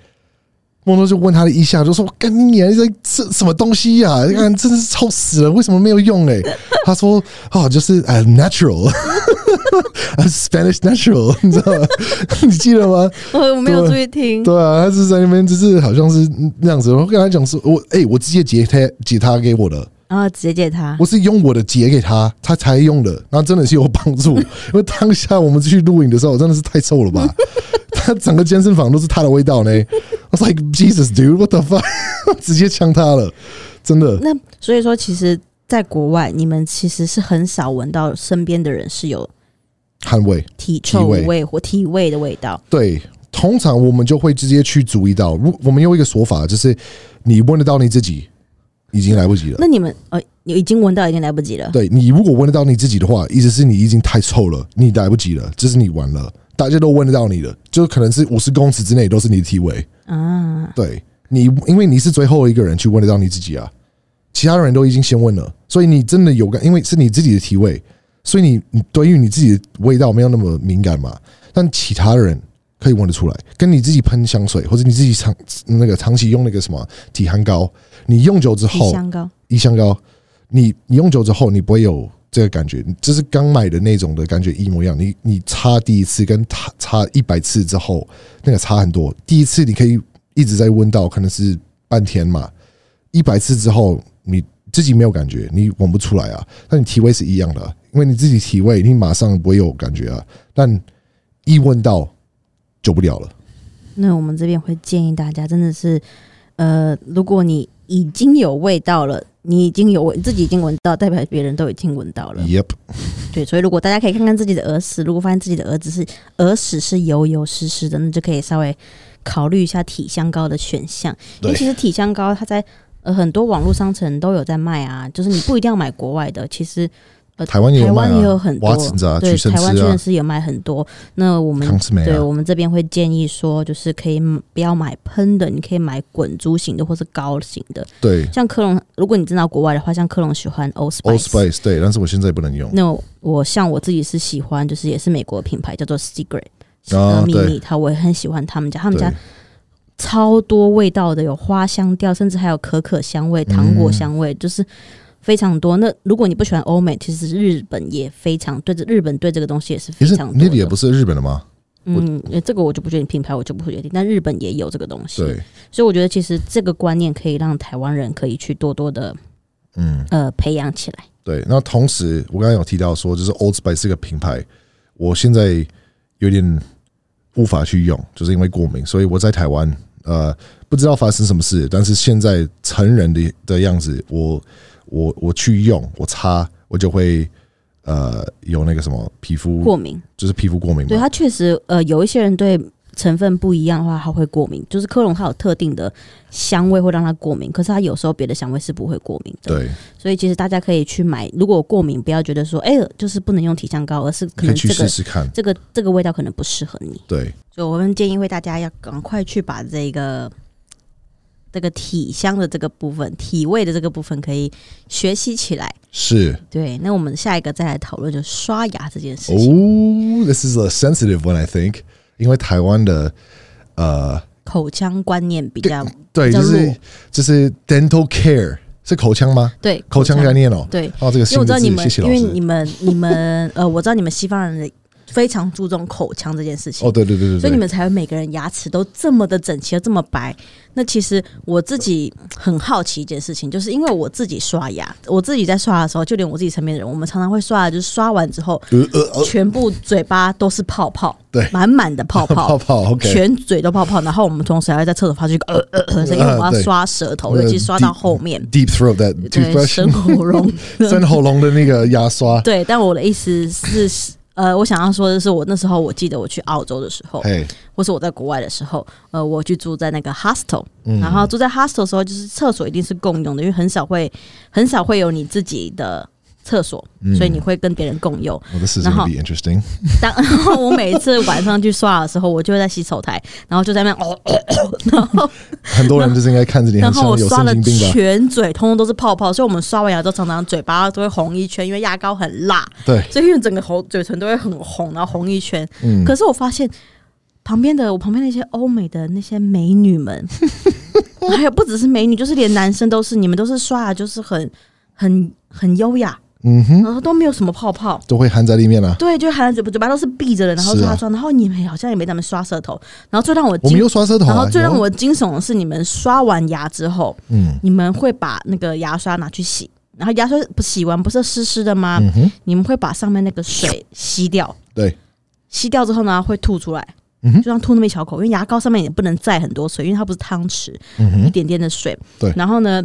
B: 蒙多就问他的意下，就说：“干你娘，这这什么东西呀、啊？看真是臭死了，为什么没有用、欸？”哎，他说：“哦，就是呃、natural，Spanish natural，你知道吗？ 你记得吗？
A: 我我没有注意听，
B: 对啊，他是在那边，就是好像是那样子。我跟他讲说，我哎、我直接截他截他给我的，
A: 然后啊直接借他
B: 我。是用我的截给他，他才用的，那真的是有帮助。因为当下我们去录影的时候，真的是太臭了吧？他整个健身房都是他的味道呢。I was like Jesus, dude, what the fuck？直接呛他了，真的。
A: 那所以说，其实在国外，你们其实是很少闻到身边的人是有
B: 捍卫。
A: 体臭
B: 体味
A: 味或体味的味道。
B: 对，通常我们就会直接去注意到。如我们有一个说法，就是你问得到你自己，已经来不及了。
A: 那你们呃，你已经闻到已经来不及了。
B: 对你如果问得到你自己的话，意思是你已经太臭了，你来不及了，这是你完了，大家都问得到你了，就可能是五十公尺之内都是你的体味。
A: 啊，
B: 对你，因为你是最后一个人去问得到你自己啊，其他人都已经先问了，所以你真的有感，因为是你自己的体味，所以你你对于你自己的味道没有那么敏感嘛。但其他人可以闻得出来，跟你自己喷香水或者你自己长那个长期用那个什么体汗膏，你用久之
A: 体
B: 后，
A: 香膏
B: 一香膏，你你用久之后，你不会有这个感觉，你就是刚买的那种的感觉一模一样。你你擦第一次跟擦擦一百次之后，那个差很多。第一次你可以一直在闻到，可能是半天嘛，一百次之后你自己没有感觉，你闻不出来啊。但你体味是一样的啊，因为你自己体味，你马上不会有感觉啊。但一闻到久不了了。
A: 那我们这边会建议大家，真的是，呃，如果你已经有味道了，你已经有味自己已经闻到，代表别人都已经闻到了。
B: Yep，
A: 对，所以如果大家可以看看自己的耳屎，如果发现自己的耳子是耳屎是油油湿湿的，那就可以稍微考虑一下体香膏的选项。因为
B: 对
A: 其实体香膏它在呃很多网络商城都有在卖啊，就是你不一定要买国外的，其实呃
B: 台湾也有
A: 台
B: 卖
A: 湾也
B: 啊，
A: 有很多，
B: 瓦子啊，
A: 对，
B: 屈臣
A: 台湾
B: 氏
A: 确
B: 啊
A: 认，是也卖很多。那我们
B: 康斯美
A: 对
B: 啊，
A: 我们这边会建议说，就是可以不要买喷的，你可以买滚珠型的或是膏型的。
B: 对
A: 像科隆，如果你真的到国外的话，像科隆喜欢 Old
B: ，Old
A: Spice。
B: Spice，对，但是我现在不能用。
A: 那我像我自己是喜欢，就是也是美国品牌叫做 Secret，
B: 啊
A: 呃，秘
B: 对
A: 密，它我也很喜欢他们家，他们
B: 对，
A: 家超多味道的，有花香调，甚至还有可可香味、糖果香
B: 嗯
A: 味，就是非常多。那如果你不喜欢欧美，其实日本也非常对这日本对这个东西也是
B: 其
A: 非
B: 实
A: 常多
B: 那里也
A: 的。
B: 不是日本的吗？
A: 嗯，呃这个我就不决定品牌，我就不会决定。但日本也有这个东西，
B: 对，
A: 所以我觉得其实这个观念可以让台湾人可以去多多的
B: 嗯，
A: 呃培养起来。
B: 对。那同时，我刚才有提到说，就是 Old Spice 这个品牌，我现在有点无法去用，就是因为过敏，所以我在台湾，呃，不知道发生什么事，但是现在成人的的样子，我我我去用，我擦，我就会呃有那个什么皮肤，
A: 过敏，
B: 就是皮肤过敏
A: 对
B: 嘛，
A: 它确实呃有一些人对成分不一样的话，他会过敏。就是科隆它有特定的香味会让它过敏，可是它有时候别的香味是不会过敏的。
B: 对，
A: 所以其实大家可以去买，如果过敏，不要觉得说哎、就是不能用体香膏，而是可
B: 可以
A: 能
B: 去
A: 这
B: 试
A: 个
B: 试看，
A: 这个这个味道可能不适合你。
B: 对，
A: 所以我们建议会大家要赶快去把这个这个体香的这个部分、体味的这个部分可以学习起来。
B: 是
A: 对，那我们下一个再来讨论就是刷牙这件事情，
B: 哦，This is a sensitive one, I think，因为台湾的呃。
A: 口腔观念比较
B: 对，
A: 比较
B: 就是
A: 弱
B: 就是 dental care 是口腔吗？
A: 对
B: 口腔概念哦。
A: 对，
B: 哦，这个
A: 因为
B: 新
A: 我知
B: 的
A: 道你
B: 字，
A: 们
B: 谢谢，
A: 因
B: 老
A: 为你
B: 师。
A: 们你们呃，我知道你们西方人非常注重口腔这件事情，
B: 哦，对对对对对，
A: 所以你们才会每个人牙齿都这么的整齐，这么白。那其实我自己很好奇一件事情，就是因为我自己刷牙，我自己在刷的时候，就连我自己身边的人，我们常常会刷，就是刷完之后，
B: 呃呃呃，
A: 全部嘴巴都是泡泡，
B: 对
A: 满满的泡泡
B: 泡。泡，OK，
A: 全嘴都泡泡，然后我们同时还会在厕所发出一个呃呃呃的声音，因为我 们要
B: 啊对
A: 刷舌头，
B: 那个
A: 尤其刷到后面，
B: deep throat that
A: 对，生
B: toothbrush，
A: 喉 咙
B: 伸喉咙的那个牙刷，
A: 对，但我的意思是，呃，我想要说的是，我那时候我记得我去澳洲的时候，
B: 哎，
A: 或是我在国外的时候，呃，我去住在那个 hostel，、然
B: 嗯
A: 后住在 hostel 的时候，就是厕所一定是共用的，因为很少会很少会有你自己的厕所，
B: 嗯
A: 所以你会跟别人共用。
B: 我的事情
A: 然后
B: be interesting。
A: 当然后 我每次晚上去刷的时候，我就会在洗手台，然后就在那边哦 哦哦，然后
B: 很多人就是应该看着你，
A: 然后
B: 很像
A: 我
B: 有
A: 刷
B: 神
A: 了
B: 经病吧？
A: 全嘴，通通都是泡泡，所以我们刷完牙之后，常常嘴巴都会红一圈，因为牙膏很辣。
B: 对，
A: 所以因为整个喉嘴唇都会很红，然后红一圈。
B: 嗯
A: 可是我发现旁边的我旁边那些欧美的那些美女 们，还有不只是美女，就是连男生都是，你们都是刷牙就是很很很优雅，
B: 嗯哼，
A: 然后都没有什么泡泡。
B: 都会含在里面啊。
A: 对，就含着嘴巴，嘴巴都是闭着的，然后
B: 是啊
A: 刷刷，然后你们好像也没在那边刷舌头，然后最让我
B: 我们
A: 惊，
B: 又刷舌头
A: 然
B: 啊
A: 后，最让
B: 有
A: 我惊悚的是，你们刷完牙之后，
B: 嗯
A: 你们会把那个牙刷拿去洗，然后牙刷不洗完不是湿湿的吗？
B: 嗯哼，
A: 你们会把上面那个水吸掉，
B: 对，
A: 吸掉之后呢，会吐出来，
B: 嗯哼
A: 就像吐那么一小口，因为牙膏上面也不能载很多水，因为它不是汤匙，
B: 嗯
A: 一
B: 哼，
A: 点点的水。
B: 对
A: 然后呢，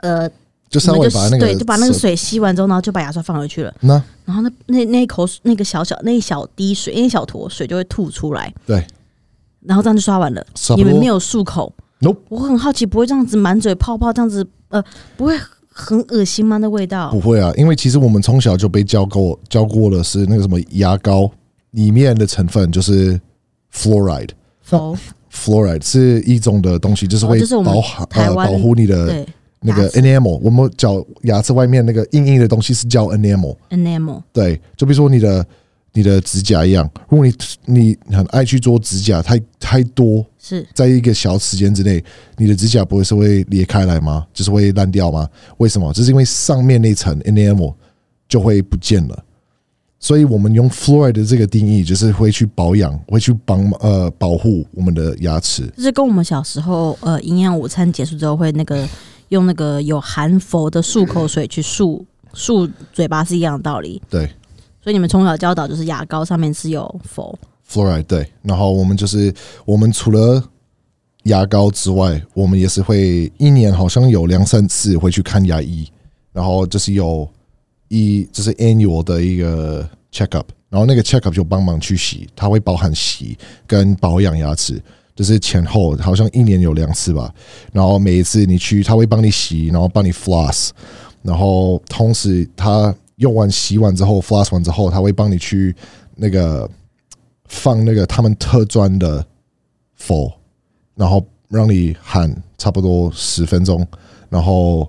A: 呃，
B: 就稍
A: 我
B: 微
A: 们
B: 把
A: 就
B: 那个
A: 对，就把那个
B: 手
A: 水吸完之后，然后就把牙刷放回去了。
B: 那
A: 然后那那那一口水那个小小那一小滴水，那一小坨水就会吐出来，
B: 对
A: 然后这样就刷完了。
B: 差
A: 你
B: 不
A: 们
B: 多
A: 没有漱口，
B: ，nope
A: 我很好奇，不会这样子满嘴泡泡，这样子呃，不会很恶心吗？那味道
B: 不会啊，因为其实我们从小就被教过教过的是那个什么牙膏里面的成分就是 fluoride。
A: 哦，
B: fluoride 是一种的东西，就是
A: 哦
B: 会
A: 就是我们
B: 保好、
A: 台
B: 呃
A: 湾
B: 保护你的
A: 对
B: 那个
A: 牙齿
B: enamel。我们叫牙齿外面那个硬硬的东西是叫 enamel。
A: ，enamel
B: 对，就比如说你的你的指甲一样，如果你你很爱去做指甲，太太多，
A: 是
B: 在一个小时间之内，你的指甲不会是会裂开来吗？就是会烂掉吗？为什么？就是因为上面那层 enamel 就会不见了。所以我们用 fluoride 的这个定义，就是会去保养，会去帮呃保护我们的牙齿。
A: 就是跟我们小时候呃营养午餐结束之后会那个用那个有含氟的漱口水去漱漱嘴巴是一样的道理。
B: 对
A: 所以你们从小教导就是牙膏上面是有氟，
B: ，fluoride 对。然后我们就是我们除了牙膏之外，我们也是会一年好像有两三次会去看牙医，然后就是有一就是 annual 的一个 check up，然后那个 check up 就帮忙去洗，它会包含洗跟保养牙齿。就是前后好像一年有两次吧，然后每一次你去，他会帮你洗，然后帮你 floss，然后同时他用完洗完之后 floss 完之后，他会帮你去那个放那个他们特专的佛，然后让你喊差不多十分钟，然后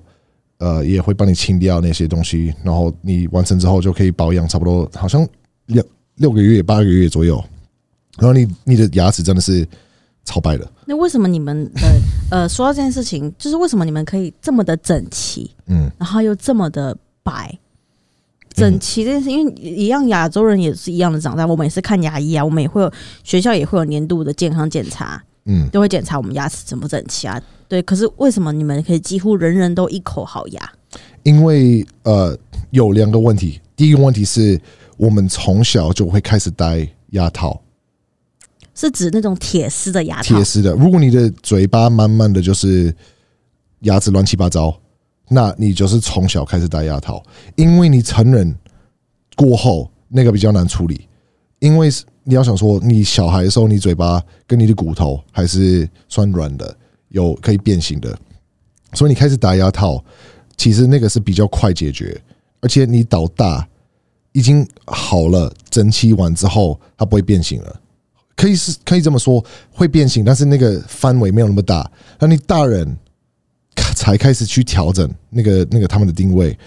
B: 呃也会帮你清掉那些东西，然后你完成之后就可以保养，差不多好像六六个月八个月左右，然后你你的牙齿真的是超白的，
A: 那为什么你们的呃说到这件事情，就是为什么你们可以这么的整齐，
B: 嗯，
A: 然后又这么的白？整齐这件事，因为一样亚洲人也是一样的长大，我们也是看牙医啊，我们也会有学校也会有年度的健康检查，
B: 嗯，
A: 都会检查我们牙齿整不整齐啊。对，可是为什么你们可以几乎人人都一口好牙？
B: 因为呃有两个问题，第一个问题是我们从小就会开始戴牙套。
A: 是指那种铁丝的牙套
B: 贴？丝的。如果你的嘴巴慢慢的就是牙齿乱七八糟，那你就是从小开始戴牙套，因为你成人过后那个比较难处理，因为是你要想说你小孩的时候，你嘴巴跟你的骨头还是算软的，有可以变形的，所以你开始戴牙套，其实那个是比较快解决，而且你倒大。已经好了，整齐完之后，它不会变形了。可以是可以这么说，会变形，但是那个范围没有那么大。那你大人 咔才开始去调整那个那个他们的定位，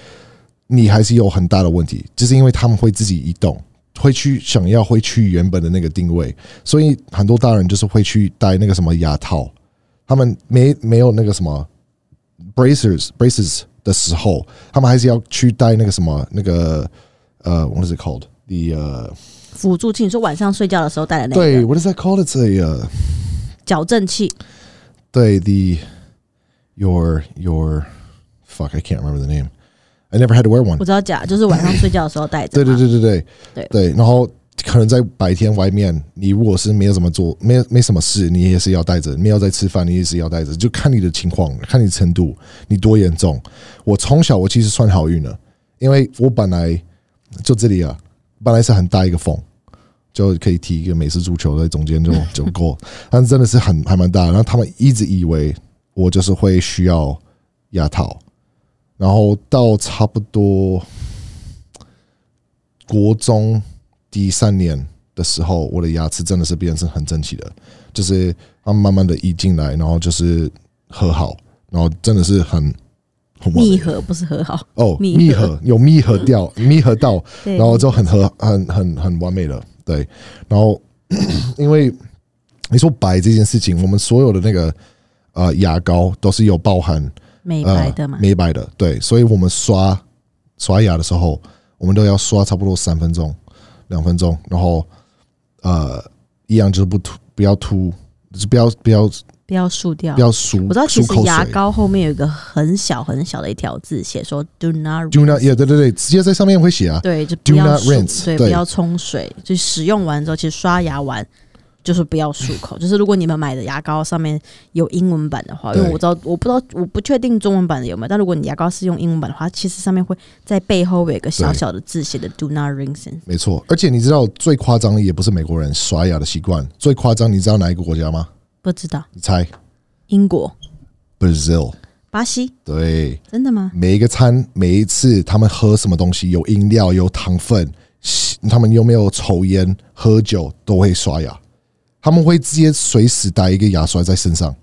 B: 你还是有很大的问题，就是因为他们会自己移动，会去想要会去原本的那个定位，所以很多大人就是会去戴那个什么牙套，他们没没有那个什么 braces braces 的时候，他们还是要去戴那个什么那个呃，what is it called the 呃、
A: 辅助器，你说晚上睡觉的时候戴的那
B: 对
A: 个
B: ，what is that called it's a 呃、
A: 矫正器，
B: the the your your fuck I can't remember the name. I never had to wear one.
A: 我知道假，就是晚上睡觉的时候戴着
B: 对
A: 嘛。
B: 对对对对
A: 对
B: 对，然后可能在白天外面，你如果是没有什么做，没有没什么事，你也是要带着；没有在吃饭，你也是要带着，就看你的情况，看你程度，你多严重。我从小我其实算好运了，因为我本来就这里啊，本来是很大一个缝。就可以踢一个美式足球在中间就就够，但是真的是很还蛮大的。然后他们一直以为我就是会需要牙套，然后到差不多国中第三年的时候，我的牙齿真的是变成很整齐的，就是它慢慢的移进来，然后就是和好，然后真的是很很完美
A: 密合不是和好，
B: 哦，
A: 密
B: 密
A: 合
B: 合有密合掉，密合到，
A: 对
B: 然后就很合很很很完美了，对。然后 因为你说白这件事情，我们所有的那个呃牙膏都是有包含
A: 美
B: 呃
A: 白的嘛。
B: 美白的，对，所以我们刷刷牙的时候，我们都要刷差不多三分钟、两分钟，然后呃，一样就是不涂，不要涂，就是不要不要
A: 不要漱掉
B: 不。要漱，
A: 我知道，其
B: 漱
A: 实
B: 口
A: 牙
B: 水。
A: 膏后面有一个很小很小的一条字，写说 “do not”，
B: Do not，yeah，对对对，直接在上面会写啊，
A: 对，就
B: do
A: 不要
B: not
A: 漱
B: rinse，
A: 对，
B: 对
A: 不要冲水。就使用完之后，其实刷牙完就是不要漱口。就是如果你们买的牙膏上面有英文版的话，因为
B: 对
A: 我知道我不知道我不确定中文版的有没有，但如果你牙膏是用英文版的话，其实上面会在背后有一个小小的字写的 “Do not rinse”。in。
B: 没错。而且你知道最夸张的也不是美国人刷牙的习惯，最夸张你知道哪一个国家吗？
A: 不知道
B: 你猜
A: 英国、
B: ？Brazil。
A: 巴西
B: 对，
A: 真的吗？
B: 每一个餐每一次他们喝什么东西，有饮料有糖分，吸他们有没有抽烟喝酒都会刷牙，他们会直接随时带一个牙刷在身上。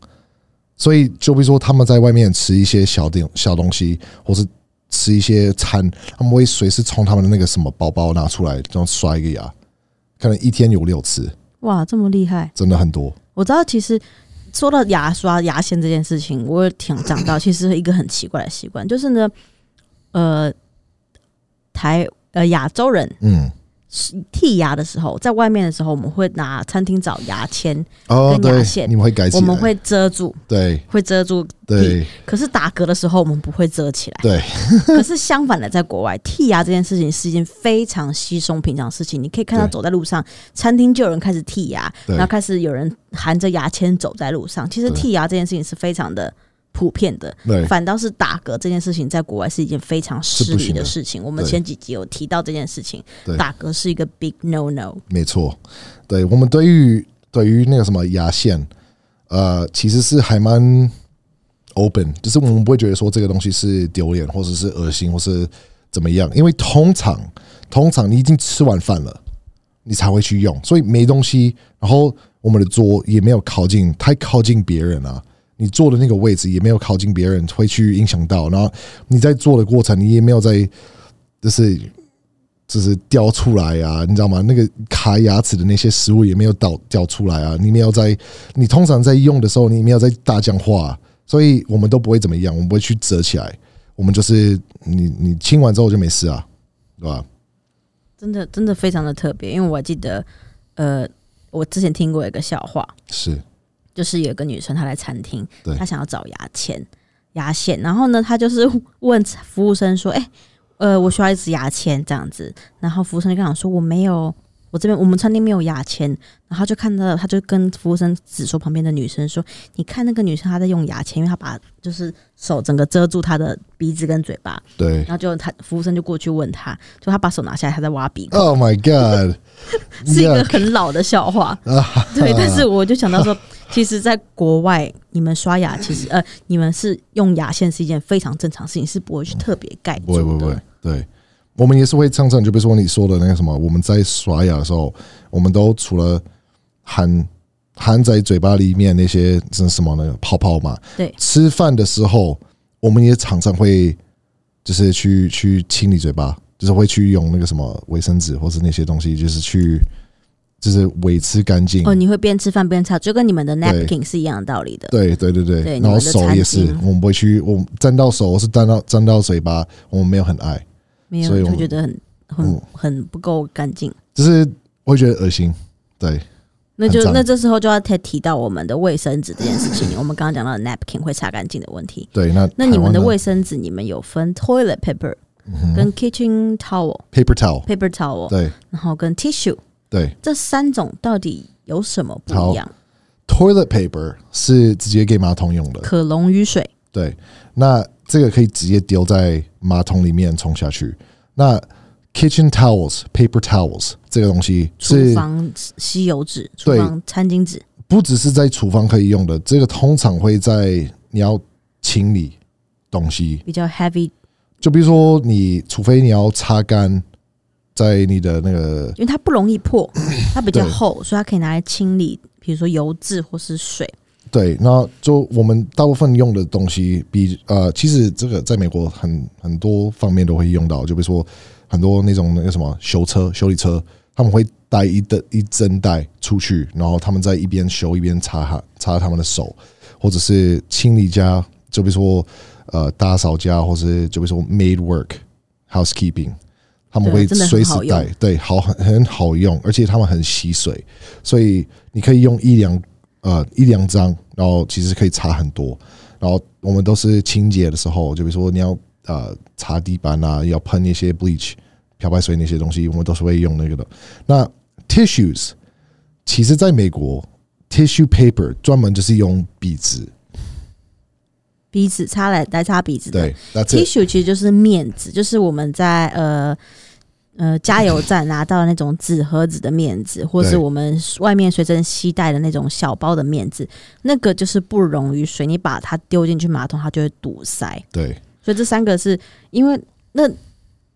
B: 所以就比如说他们在外面吃一些小点小东西，或是吃一些餐，他们会随时从他们的那个什么包包拿出来，然后刷一个牙，可能一天有六次，
A: 哇，这么厉害！
B: 真的很多。
A: 我知道，其实说到牙刷、牙线这件事情，我也挺讲到， 其实一个很奇怪的习惯，就是呢，呃，台呃亚洲人
B: 嗯，
A: 剔牙的时候，在外面的时候，我们会拿餐厅找牙签，
B: 哦，
A: 跟牙
B: 对，
A: 线
B: 你们会改起
A: 我
B: 来，
A: 们会遮住，
B: 对
A: 会遮住。
B: 对
A: 可是打嗝的时候，我们不会遮起来。
B: 对，
A: 可是相反的，在国外剔牙这件事情是一件非常稀松平常的事情。你可以看到
B: 对
A: 走在路上，餐厅就有人开始剔牙，
B: 对
A: 然后开始有人含着牙签走在路上。其实
B: 对
A: 剔牙这件事情是非常的普遍的，
B: 对
A: 反倒是打嗝这件事情在国外是一件非常失礼的事情。我们
B: 对
A: 前几集有提到这件事情
B: 对，
A: 打嗝是一个 big no no。
B: 没错，对我们对于对于那个什么牙线，呃，其实是还蛮 open，就是我们不会觉得说这个东西是丢脸，或者是恶心，或是怎么样，因为通常通常你已经吃完饭了，你才会去用，所以没东西。然后我们的桌也没有靠近太靠近别人啊，你坐的那个位置也没有靠近别人，会去影响到。然后你在做的过程，你也没有在就是就是掉出来啊，你知道吗？那个卡牙齿的那些食物也没有倒掉出来啊。你没有在，你通常在用的时候，你没有在大讲话、所以我们都不会怎么样，我们不会去折起来，我们就是你你清完之后就没事啊，对吧？
A: 真的真的非常的特别，因为我还记得，呃，我之前听过一个笑话，
B: 是
A: 就是有一个女生她来餐厅
B: 对，
A: 她想要找牙签、牙线，然后呢，她就是 问服务生说：“哎、呃，我需要一支牙签这样子。”然后服务生就跟她讲说：“我没有，我这边我们餐厅没有牙签。”然后她就看到，她就跟服务生指说旁边的女生说：“你看那个女生她在用牙签，因为她把就是手整个遮住她的鼻子跟嘴巴。”
B: 对。
A: 然后就她服务生就过去问她，就她把手拿下来，她在挖鼻孔。
B: Oh my god！
A: 是一个
B: Yuck
A: 很老的笑话，
B: 啊
A: 对。但 是我就想到说，其实，在国外，你们刷牙其实呃，你们是用牙线是一件非常正常的事情，是不会去特别盖住
B: 不
A: 的。
B: 会不会不会，对，我们也是会常常就比如说你说的那个什么，我们在刷牙的时候，我们都除了含含在嘴巴里面那些是什么那个泡泡嘛，
A: 对
B: 吃饭的时候我们也常常会就是去去清理嘴巴，就是会去用那个什么卫生纸或是那些东西，就是去就是维持干净。
A: 哦，你会边吃饭边擦，就跟你们的
B: 对
A: napkin 是一样的道理的。
B: 对对对对，
A: 对你
B: 然后
A: 们的
B: 手
A: 餐
B: 也是
A: 巾，
B: 我们不会去，我们沾到手是沾到沾到嘴巴，我们没有很爱。
A: 没有
B: 所以我
A: 就
B: 们
A: 觉得很很
B: 嗯
A: 很不够干净。
B: 就是我会觉得恶心。对，
A: 那就
B: 很脏
A: 那这时候就要提提到我们的卫生纸这件事情，我们刚刚讲到的 napkin 会擦干净的问题。
B: 对，那
A: 那你们的
B: 味
A: 卫生纸，你们有分 toilet paper 跟 kitchen towel、
B: paper towel，
A: paper towel，
B: 嗯对
A: 然后跟 tissue。
B: 对
A: 这三种到底有什么不一样？
B: ，toilet paper 是直接给马桶用的，
A: 可溶于水，
B: 对，那这个可以直接丢在马桶里面冲下去。那 kitchen towels、paper towels 这个东西
A: 厨
B: 是
A: 房吸油纸，厨
B: 对
A: 房餐巾纸，
B: 不只是在厨房可以用的，这个通常会在你要清理东西，
A: 比较 heavy，
B: 就比如说你，除非你要擦干，在你的那个
A: 因为它不容易 破，它比较
B: 对
A: 厚，所以它可以拿来清理，比如说油渍或是水。
B: 对，那就我们大部分用的东西比呃，其实这个在美国很很多方面都会用到，就比如说很多那种那个什么修车、修理车，他们会带一的一针带出去，然后他们在一边修一边擦哈擦他们的手，或者是清理家，就比如说呃打扫家，或是就比如说 maid work、housekeeping，他们
A: 对
B: 会
A: 真的很
B: 随时
A: 好用
B: 带，对，好很很好用，而且他们很吸水，所以你可以用一两呃一两张，然后其实可以擦很多。然后我们都是清洁的时候，就比如说你要呃擦地板啊，要喷一些 bleach 漂白水那些东西，我们都是会用那个的。那 tissues 其实在美国，tissue paper 专门就是用笔纸，
A: 鼻子擦来来擦鼻子的
B: 对，that's it，
A: tissue 其实就是面纸，就是我们在呃呃加油站拿到的那种纸盒子的面纸，或是
B: 对
A: 我们外面随身携带的那种小包的面纸，那个就是不溶于水，你把它丢进去马桶，它就会堵塞。
B: 对，
A: 所以这三个是因为那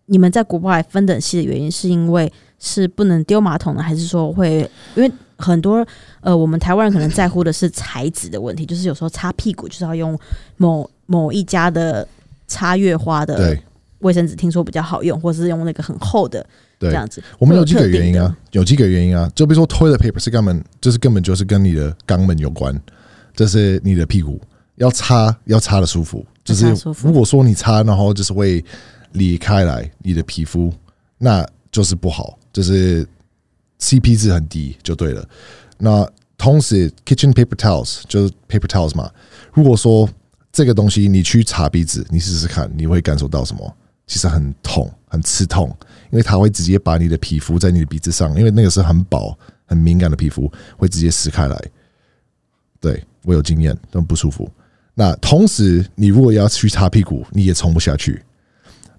A: 你们在国外分得很细的原因，是因为是不能丢马桶的，还是说会因为很多呃，我们台湾人可能在乎的是材质的问题，就是有时候擦屁股就是要用某某一家的擦月花的
B: 对，
A: 卫生纸，听说比较好用，或是用那个很厚的这
B: 对。
A: 样子。
B: 我们有
A: 会
B: 几个
A: 特定
B: 原因啊，有几个原因啊，就比如说 toilet paper 是根本就是根本就是跟你的肛门有关，这是你的屁股要擦要擦的舒服，就是
A: 要擦舒服
B: 如果说你擦然后就是会离开来你的皮肤，那就是不好，就是 CP 值很低就对了。那同时 kitchen paper towels 就是 paper towels 嘛，如果说这个东西你去擦鼻子，你试试看，你会感受到什么？其实很痛，很刺痛，因为它会直接把你的皮肤在你的鼻子上，因为那个是很薄、很敏感的皮肤，会直接撕开来。对我有经验，但不舒服。那同时，你如果要去擦屁股，你也冲不下去。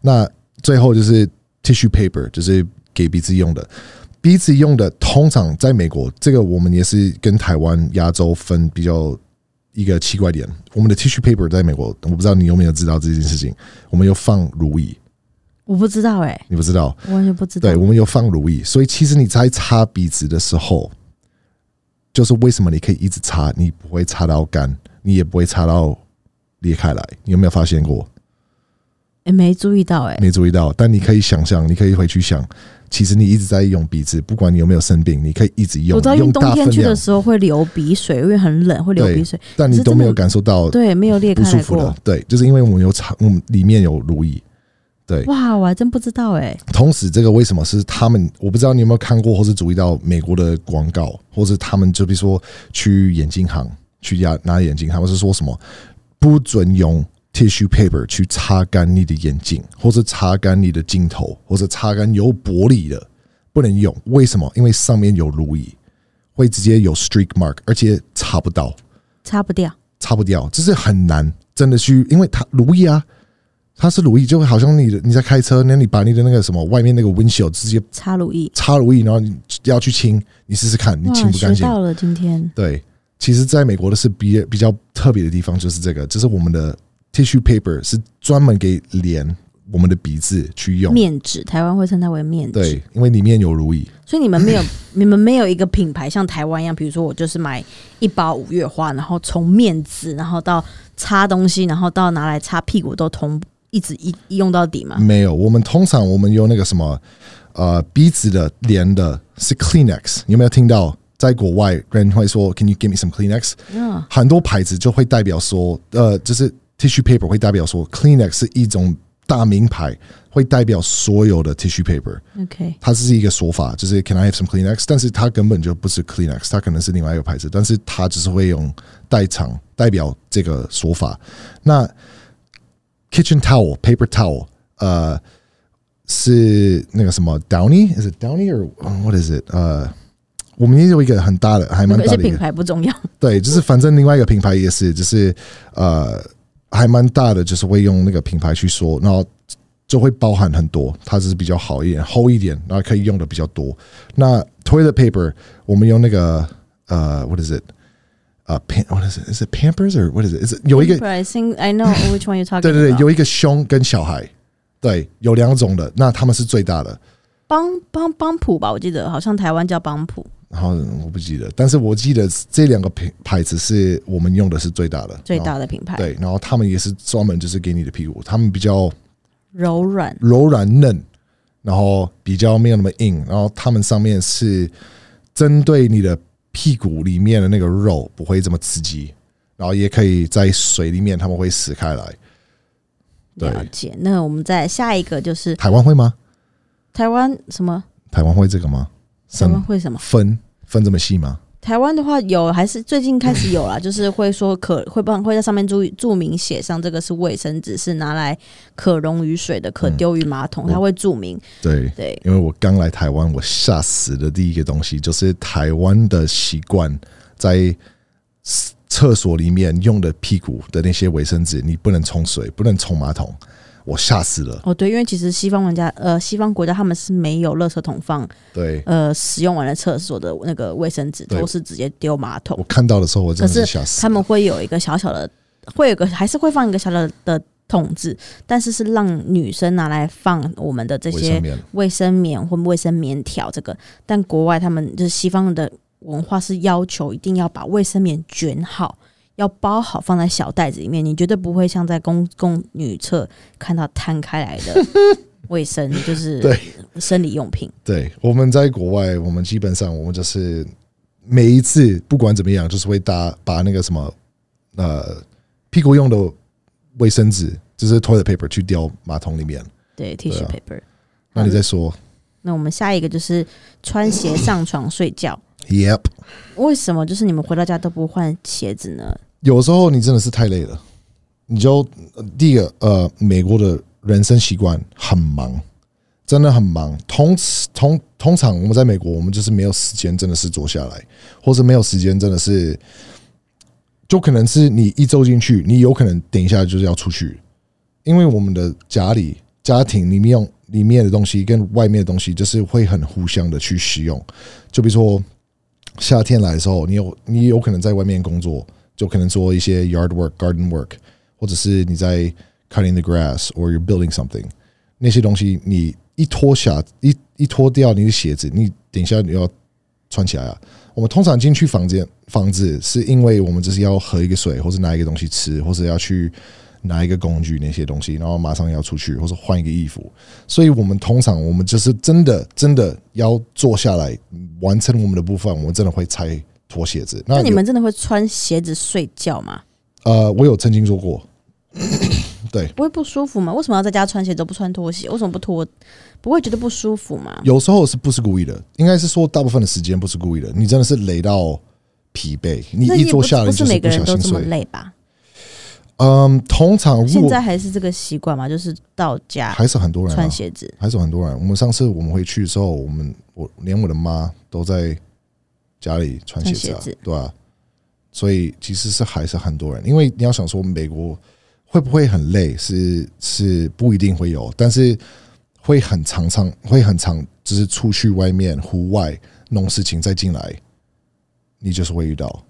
B: 那最后就是 tissue paper，就是给鼻子用的。鼻子用的通常在美国，这个我们也是跟台湾、亚洲分比较一个奇怪点。我们的 tissue paper 在美国，我不知道你有没有知道这件事情。我们有放乳液，
A: 我不知道哎、
B: 你不知道？
A: 我完全不知道
B: 对，。我们有放乳液，所以其实你在擦鼻子的时候，就是为什么你可以一直擦，你不会擦到干，你也不会擦到裂开来。你有没有发现过？
A: 欸没注意到哎、
B: 没注意到，但你可以想象，你可以回去想，其实你一直在用鼻子，不管你有没有生病，你可以一直用，
A: 我知道，因为
B: 用
A: 冬
B: 大
A: 天
B: 分
A: 去的
B: 量，
A: 时候会流鼻水，因为很冷会流
B: 对
A: 鼻水，
B: 但
A: 可
B: 你
A: 是
B: 都
A: 真
B: 没
A: 的
B: 有感受到
A: 对，没有裂
B: 不
A: 开
B: 舒
A: 来
B: 服
A: 过
B: 的。。对，就是因为我们有擦，我们里面有乳液。对，
A: 哇，我还真不知道哎、
B: 同时，这个为什么是他们？我不知道你有没有看过，或是注意到美国的广告，或是他们就比如说去眼镜行去压拿眼镜，他们是说什么不准用 tissue paper 去擦干你的眼镜，或是擦干你的镜头，或是擦干有玻璃的，不能用。为什么？因为上面有乳液，会直接有 streak mark，而且擦不到。
A: 擦不掉。
B: 擦不掉，就是很难，真的去，因为它如意啊，它是如意，就好像你的你在开车，那你把你的那个什么外面那个 windshield 直接
A: 插乳液。
B: 插如意，然后你要去清，你试试看，你
A: 哇，
B: 清不干
A: 学
B: 净。
A: 到了今天，
B: 对，其实在美国的是比比较特别的地方就是这个，就是我们的 tissue paper 是专门给脸我们的鼻子去用，
A: 面纸，台湾会称它为面纸。
B: 对，因为里面有如意，
A: 所以你们没有， 你们没有一个品牌像台湾一样，比如说我就是买一包五月花，然后从面纸，然后到擦东西，然后到拿来擦屁股，都同一直一一用到底嘛。
B: 没有，我们通常我们用那个什么，呃，鼻子的连的是 Kleenex，有没有听到？在国外人会说 Can you give me some Kleenex？、
A: 嗯
B: 很多牌子就会代表说，呃，就是 tissue paper 会代表说 Kleenex 是一种大名牌，会代表所有的 tissue paper。
A: ，OK，
B: 它是一个说法，就是 Can I have some Kleenex？但是它根本就不是 Kleenex，它可能是另外一个牌子，但是它只是会用代偿代表这个说法。那 kitchen towel、paper towel，呃，是那个什么 Downy？Is it Downy or what is it？呃，我们也有一个很大的，还
A: 那
B: 蛮
A: 个而
B: 大
A: 且
B: 的一
A: 品
B: 个，
A: 牌不重要，
B: 对，就是反正另外一个品牌也是，就是呃，还蛮大的，就是会用那个品牌去说，然后就会包含很多，它是比较好一点、厚一点，然后可以用的比较多。那 toilet paper 我们用那个呃，what is it？呃、p a n what is it? Is it Pampers or what is it? Is it 有一个
A: But I think I know which one you talking
B: 对对对，
A: about
B: 有一个胸跟小孩，对，有两种的，那他们是最大的。
A: 邦邦邦普吧，我记得好像台湾叫邦普，
B: 然后我不记得，但是我记得这两个品牌子是我们用的是最大的，
A: 最
B: 然后
A: 大的品牌，
B: 哦对，然后他们也是专门就是给你的屁股，他们比较
A: 柔软，
B: 柔软嫩，然后比较没有那么硬，然后他们上面是针对你的屁股里面的那个肉不会这么刺激，然后也可以在水里面他们会撕开来。对
A: 了解。那我们再下一个就是
B: 台湾会吗？
A: 台湾什么？
B: 台湾会这个吗？
A: 台湾
B: 分
A: 会什么？
B: 分分这么细吗？
A: 台湾的话有，还是最近开始有 啦，就是会说可会帮会在上面注注明写上这个是卫生纸，是拿来可溶于水的，可丢于马桶，它会注明。
B: 对，
A: 对，
B: 因为我刚来台湾，我吓死的第一个东西就是台湾的习惯，在厕所里面用的屁股的那些卫生纸，你不能冲水，不能冲马桶，我吓死了。
A: 哦对，因为其实西方玩家呃西方国家他们是没有垃圾桶放
B: 对
A: 呃使用完了厕所的那个卫生纸，
B: 对
A: 都是直接丢马桶
B: 我。看到的时候，我真
A: 可
B: 的是
A: 是
B: 吓死
A: 他们会有一个小小的，会有个还是会放一个小小的桶子，但是是让女生拿来放我们的这
B: 卫
A: 些
B: 生棉。
A: 卫生棉或卫生棉条这个，但国外他们就是西方的文化是要求一定要把卫生棉卷好，要包好放在小袋子里面，你绝对不会像在公共女厕看到摊开来 的卫生就是
B: 对
A: 生理用品。
B: 对，我们在国外，我们基本上我们就是每一次不管怎么样，就是会搭把那个什么呃屁股用的卫生纸，就是 toilet paper 去丢马桶里面。
A: 对
B: 啊
A: tissue paper。
B: 那你再说
A: 那我们下一个就是穿鞋上床睡觉，
B: ，Yep，嗯
A: 为什么就是你们回到家都不换鞋子呢？
B: 有时候你真的是太累了，你就呃第一个呃，美国的人生习惯很忙，真的很忙。通通通常我们在美国，我们就是没有时间，真的是坐下来，或者没有时间，真的是就可能是你一周进去，你有可能等一下就是要出去，因为我们的家里家庭里面用里面的东西跟外面的东西，就是会很互相的去使用。就比如说夏天来的时候，你有你有可能在外面工作，就可能做一些 yard work、garden work，或者是你在 cutting the grass or you're building something 那些东西，你一脱下一一脱掉你的鞋子，你等一下你要穿起来啊。我们通常进去房间房子，是因为我们就是要喝一个水，或者拿一个东西吃，或者要去拿一个工具那些东西，然后马上要出去，或者换一个衣服。所以我们通常我们就是真的真的要坐下来完成我们的部分，我们真的会拆脱鞋子。那
A: 那你
B: 啊有
A: 们真的会穿鞋子睡觉吗？
B: 呃，我有曾经做过，
A: 不会不舒服吗？为什么要在家穿鞋子不穿拖鞋？为什么不脱？不会觉得不舒服吗？
B: 有时候是不是故意的？应该是说大部分的时间不是故意的，你真的是累到疲惫，你
A: 那
B: 一
A: 也不
B: 坐
A: 是
B: 下来
A: 不
B: 就是
A: 每个人
B: 小
A: 都
B: 心
A: 这么
B: 睡。
A: 累吧？
B: 嗯，通常如
A: 现在
B: 果
A: 还是这个习惯嘛，就是到家
B: 还是很多人、啊
A: 穿、鞋子。
B: 还是很多人。我们上次我们回去的时候，我们我连我的妈都在家里穿鞋
A: 穿
B: 子、啊，
A: 鞋子
B: 对吧、所以其实是还是很多人，因为你要想说美国会不会很累，是是不一定会有，但是会很常常会很常，就是出去外面户外弄事情再进来，你就是会遇到。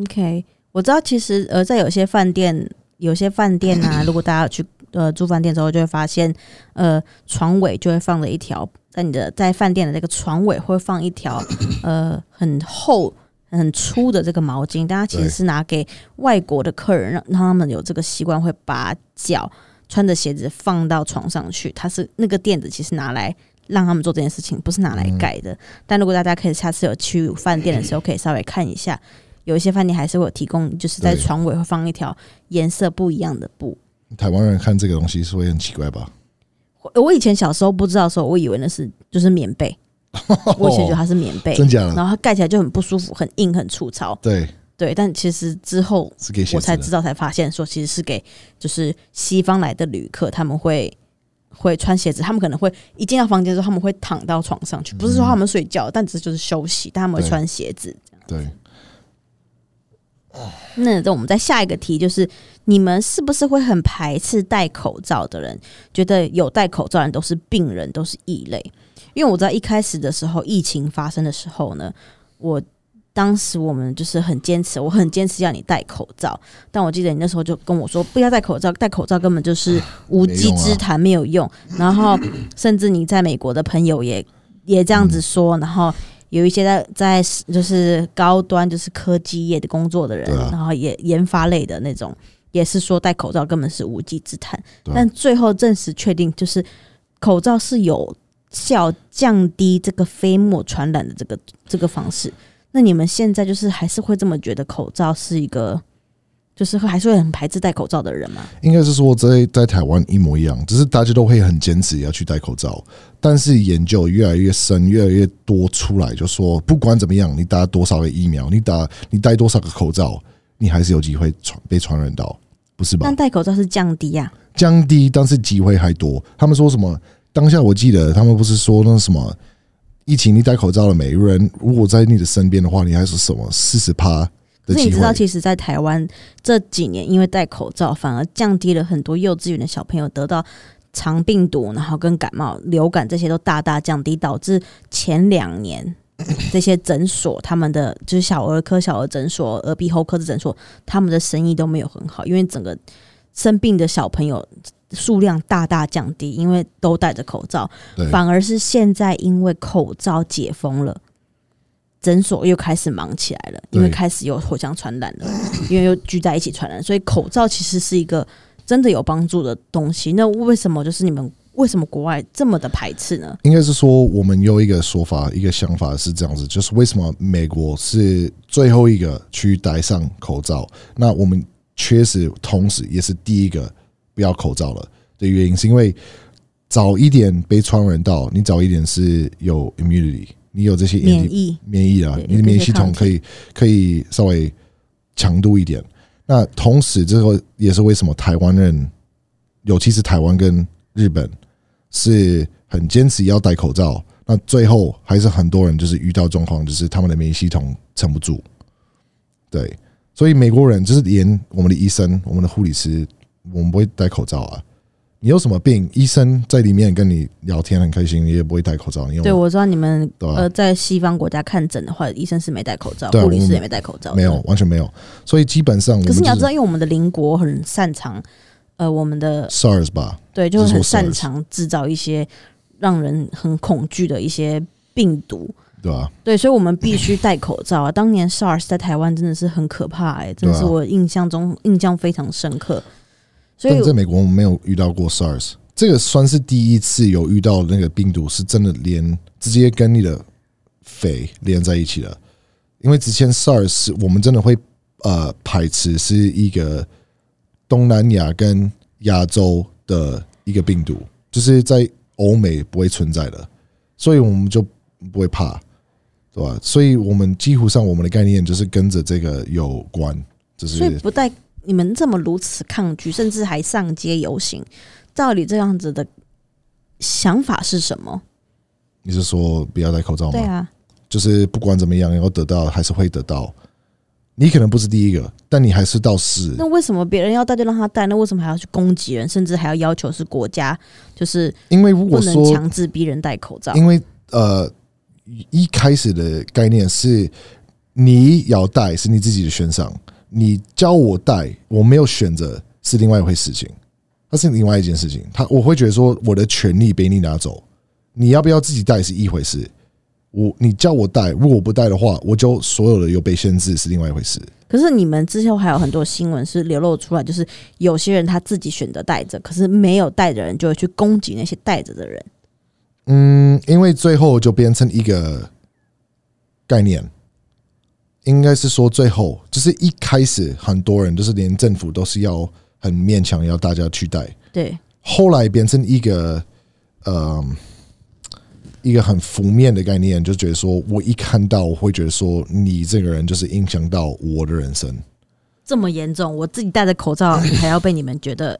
A: OK，我知道，其实呃，在有些饭店，有些饭店啊，如果大家有去呃住饭店之后，就会发现呃床尾就会放着一条，在你的在饭店的这个床尾会放一条呃很厚。很粗的这个毛巾，但它其实
B: 对
A: 是拿给外国的客人，让让他们有这个习惯，会把脚穿着鞋子放到床上去。它是那个垫子，其实拿来让他们做这件事情，不是拿来盖
B: 嗯
A: 的。但如果大家可以下次有去饭店的时候，可以稍微看一下，有一些饭店还是会有提供，就是在
B: 对
A: 床尾会放一条颜色不一样的布。
B: 台湾人看这个东西是会很奇怪吧？
A: 我
B: 哦
A: 我以前小时候不知道的时候，我以为那是就是棉 被，我以前觉得它是棉被，
B: 真假的？
A: 然后它盖起来就很不舒服，很硬，很粗糙。
B: 对，
A: 对，但其实之后
B: 是给鞋
A: 我
B: 子
A: 才
B: 的
A: 知。道，才发现说其实是给就是西方来的旅客，他们会会穿鞋子，他们可能会一进到房间之后，他们会躺到床上去，不是说他们睡觉，但只是就是休息，但他们会
B: 对
A: 穿鞋子。
B: 对，
A: 那我们再下一个题就是，你们是不是会很排斥戴口罩的人？觉得有戴口罩的人都是病人，都是异类？因为我知道一开始的时候，疫情发生的时候呢，我当时我们就是很坚持，我很坚持要你戴口罩。但我记得你那时候就跟我说，不要戴口罩，戴口罩根本就是无稽之谈，没有用。然后甚至你在美国的朋友也也这样
B: 嗯
A: 子说，然后有一些在在就是高端就是科技业的工作的人，
B: 对啊
A: 然后也研发类的那种，也是说戴口罩根本是无稽之谈。
B: 对啊
A: 但最后证实确定，就是口罩是有效降低这个飞沫传染的这个这个方式。那你们现在就是还是会这么觉得口罩是一个，就是会还是会很排斥戴口罩的人嘛。
B: 应该是说在在台湾一模一样，只是大家都会很坚持要去戴口罩。但是研究越来越深，越来越多出来，就说不管怎么样，你打多少个疫苗，你打你戴多少个口罩，你还是有机会传被传染到，不是吧
A: 但？戴口罩是降低啊呀、
B: 降低，但是机会还多。他们说什么？当下我记得他们不是说那什么疫情，你戴口罩了没？有人如果在你的身边的话，你还是什么四十趴
A: 可是
B: 的
A: 你
B: 机
A: 知
B: 会
A: 道，？其实，在台湾这几年，因为戴口罩，反而降低了很多幼稚园的小朋友得到肠病毒，然后跟感冒、流感这些都大大降低，导致前两年这些诊所他们的就是小儿科、小儿诊所、耳鼻喉科的诊所，他们的生意都没有很好，因为整个生病的小朋友数量大大降低，因为都戴着口罩，
B: 对，
A: 反而是现在因为口罩解封了，诊所又开始忙起来了，因为
B: 对
A: 开始有互相传染了， 因为又聚在一起传染，所以口罩其实是一个真的有帮助的东西。那为什么就是你们为什么国外这么的排斥呢？
B: 应该是说，我们有一个说法，一个想法是这样子，就是为什么美国是最后一个去戴上口罩，那我们确实同时也是第一个不要口罩了的原因，是因为早一点被传染到，你早一点是有 immunity，你有这些
A: 免
B: anti-
A: 疫
B: 免疫啊
A: 对，
B: 你的免疫系统
A: 有这
B: 可
A: 些
B: 以可以稍微强度一点。那同时，这个也是为什么台湾人，尤其是台湾跟日本，是很坚持要戴口罩。那最后还是很多人就是遇到状况，就是他们的免疫系统撑不住。对，所以美国人就是连我们的医生、我们的护理师，我们不会戴口罩啊。你有什么病，医生在里面跟你聊天很开心，你也不会戴口罩。你有
A: 对，我知道你们
B: 对啊
A: 呃在西方国家看诊的话，医生是没戴口罩，
B: 对啊
A: 护理
B: 我
A: 师
B: 们
A: 也没戴口罩，
B: 没有，完全没有。所以基本上我们
A: 可
B: 嗯就是是
A: 你要知道，因为我们的邻国很擅长，呃，我们的
B: SARS 吧，
A: 对，就是很
B: 就是我说
A: 擅
B: 的
A: 长制造一些让人很恐惧的一些病毒。
B: 对吧、
A: 对，所以我们必须戴口罩啊！ 当年 SARS 在台湾真的是很可怕、欸，真的是
B: 对啊
A: 我印象中印象非常深刻。所以
B: 但在美国我们没有遇到过 SARS，这个算是第一次有遇到那个病毒是真的连直接跟你的肺连在一起的，因为之前 SARS 是我们真的会呃排斥是一个东南亚跟亚洲的一个病毒，就是在欧美不会存在的，所以我们就不会怕。对吧？所以我们几乎上我们的概念就是跟着这个有关，就是
A: 所以不戴你们这么如此抗拒，甚至还上街游行，照理这样子的想法是什么？
B: 你是说不要戴口罩吗？
A: 对啊，
B: 就是不管怎么样，要得到还是会得到。你可能不是第一个，但你还是到是
A: 那为什么别人要戴就让他戴？那为什么还要去攻击人，甚至还要要求是国家就是
B: 因为如
A: 不
B: 果
A: 能
B: 说，
A: 强制逼人戴口罩？
B: 因为呃，一开始的概念是你要戴是你自己的悬赏，你教我戴，我没有选择是另外一回事情，那是另外一件事情。他我会觉得说，我的权利被你拿走，你要不要自己戴是一回事。我你叫我戴，如果我不戴的话，我就所有的有被限制是另外一回事。
A: 可是你们之后还有很多新闻是流露出来，就是有些人他自己选择戴着，可是没有戴的人就会去攻击那些戴着的人。
B: 嗯，因为最后就变成一个概念，应该是说最后就是一开始很多人就是连政府都是要很勉强要大家去戴，
A: 对，
B: 后来变成一个呃一个很负面的概念，就觉得说我一看到我会觉得说你这个人就是影响到我的人生，
A: 这么严重，我自己戴着口罩还要被你们觉得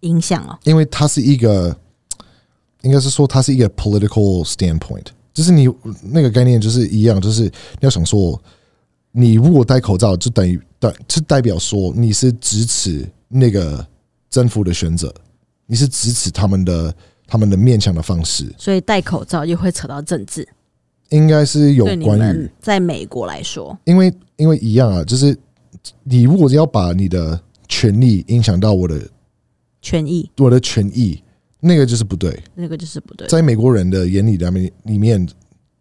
A: 影响哦。
B: 因为它是一个，应该是说它是一个 political standpoint，就是你那个概念就是一样，就是你要想说，你如果戴口罩，就等于代是代表说你是支持那个政府的选择，你是支持他们的他们的面向的方式，
A: 所以戴口罩又会扯到政治，
B: 应该是有
A: 对你
B: 关于
A: 们，在美国来说，
B: 因为因为一样啊，就是你如果要把你的权利影响到我的
A: 权益
B: 我的权益，那个就是不对。
A: 那个就是不对。
B: 在美国人的眼里里面里面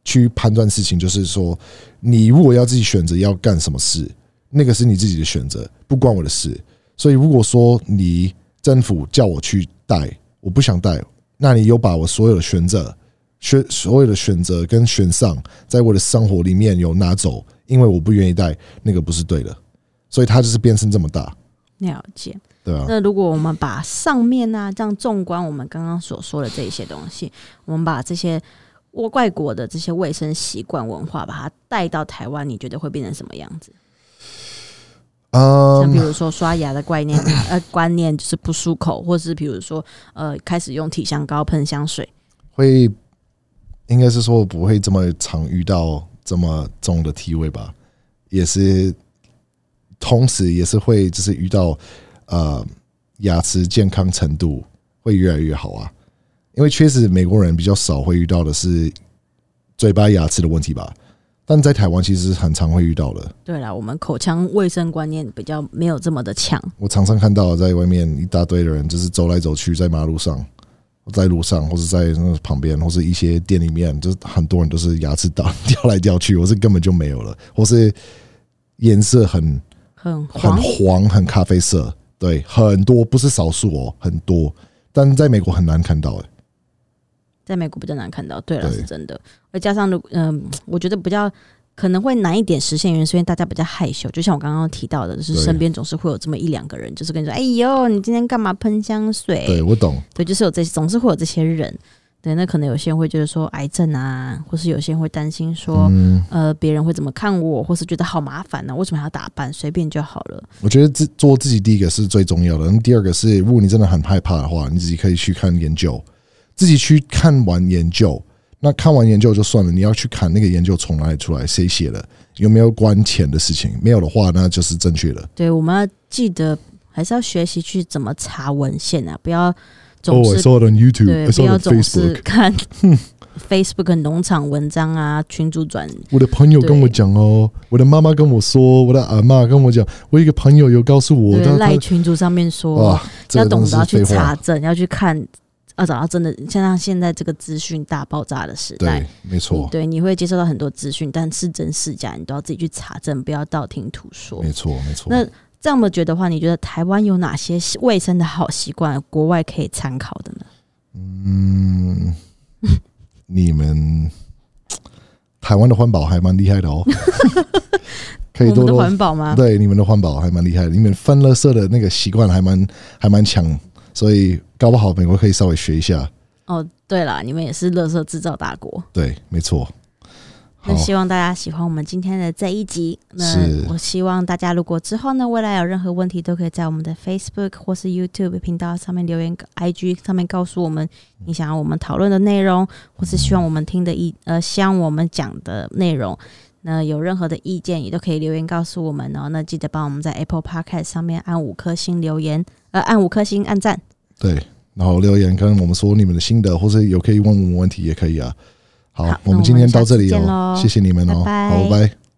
B: 去判断事情，就是说，你如果要自己选择要干什么事，那个是你自己的选择，不关我的事。所以如果说你政府叫我去带，我不想带，那你有把我所有的选择、选所有的选择跟选上，在我的生活里面有拿走，因为我不愿意带，那个不是对的。所以它就是变成这么大，
A: 了解。
B: 对啊，
A: 那如果我们把上面呢、这样纵观我们刚刚所说的这一些东西，我们把这些我外国的这些卫生习惯文化，把它带到台湾，你觉得会变成什么样子？
B: 嗯
A: 像比如说刷牙的观念，呃，观念就是不漱口，或是比如说呃，开始用体香膏喷香水。
B: 会应该是说我不会这么常遇到这么重的体位吧，也是，同时也是会就是遇到呃牙齿健康程度会越来越好啊，因为确实美国人比较少会遇到的是嘴巴牙齿的问题吧，但在台湾其实很常会遇到的，
A: 对了，我们口腔卫生观念比较没有这么的强，
B: 我常常看到在外面一大堆的人就是走来走去在马路上。在路上，或是在那旁边，或是一些店里面，就是很多人都是牙齿掉 掉来掉去，或是根本就没有了，或是颜色很
A: 很
B: 很
A: 黄。
B: 黄、很咖啡色，对，很多不是少数哦，很多，但在美国很难看到、欸，
A: 在美国比较难看到。对了，
B: 对
A: 是真的。而加上，如嗯、我觉得比较可能会难一点实现，原因是因为大家比较害羞。就像我刚刚提到的，就是
B: 对
A: 身边总是会有这么一两个人，就是跟你说：“哎呦，你今天干嘛喷香水？”
B: 对我懂，
A: 对，就是有这，总是会有这些人。对，那可能有些人会觉得说癌症啊，或是有些人会担心说，
B: 嗯，
A: 呃，别人会怎么看我，或是觉得好麻烦啊呢、为什么还要打扮？随便就好了。
B: 我觉得自做自己第一个是最重要的，那第二个是，如果你真的很害怕的话，你自己可以去看研究，自己去看完研究。那看完研究就算了，你要去看那个研究从哪里出来，谁写的，有没有关钱的事情？没有的话，那就是正确的。
A: 对，我们要记得还是要学习去怎么查文献啊，不要总是
B: saw it on YouTube.
A: 对，不要总是 看 Facebook 的农场文章啊，群主转。
B: 我的朋友跟我
A: 对
B: 讲哦，我的妈妈跟我说，我的阿妈跟我讲，我有一个朋友有告诉我，
A: 对
B: 他
A: 赖
B: 他
A: 群主上面说
B: 哇，，这
A: 要
B: 个真
A: 懂
B: 的
A: 得要
B: 是
A: 去
B: 废
A: 查
B: 话。
A: 证，要去看，要找到真的。像现在这个资讯大爆炸的时代
B: 对，，没
A: 你
B: 错，
A: 对你会接受到很多资讯，但是真是假，你都要自己去查证，不要道听途说
B: 没。错，没错。
A: 那这样么觉得的话，你觉得台湾有哪些卫生的好习惯，国外可以参考的呢？
B: 嗯，你们台湾的环保还蛮厉害 的哦，可以
A: 我们
B: 多
A: 的
B: 多
A: 环保啊吗？
B: 对你们的环保还蛮厉害的，你们分垃圾的那个习惯还蛮还蛮强，所以搞不好美国可以稍微学一下。
A: 哦，对了，你们也是垃圾制造大国。
B: 对，没错。好
A: 那，希望大家喜欢我们今天的这一集。
B: 是
A: 那我希望大家如果之后呢，未来有任何问题，都可以在我们的 Facebook 或是 YouTube 频道上面留言，IG 上面告诉我们你想要我们讨论的内容，或是希望我们听的意呃，希望我们讲的内容。那有任何的意见，也都可以留言告诉我们哦。那记得帮我们在 Apple Podcast 上面按五颗星留言，呃，按五颗星按赞。
B: 对，然后留言跟我们说你们的心得，或是有可以问我们问题也可以啊。好，
A: 好
B: 我
A: 那我
B: 们今
A: 们
B: 天
A: 下
B: 到这
A: 次
B: 里
A: 见
B: 哦，
A: 咯
B: 谢谢你们哦，
A: 拜拜
B: 好，拜拜。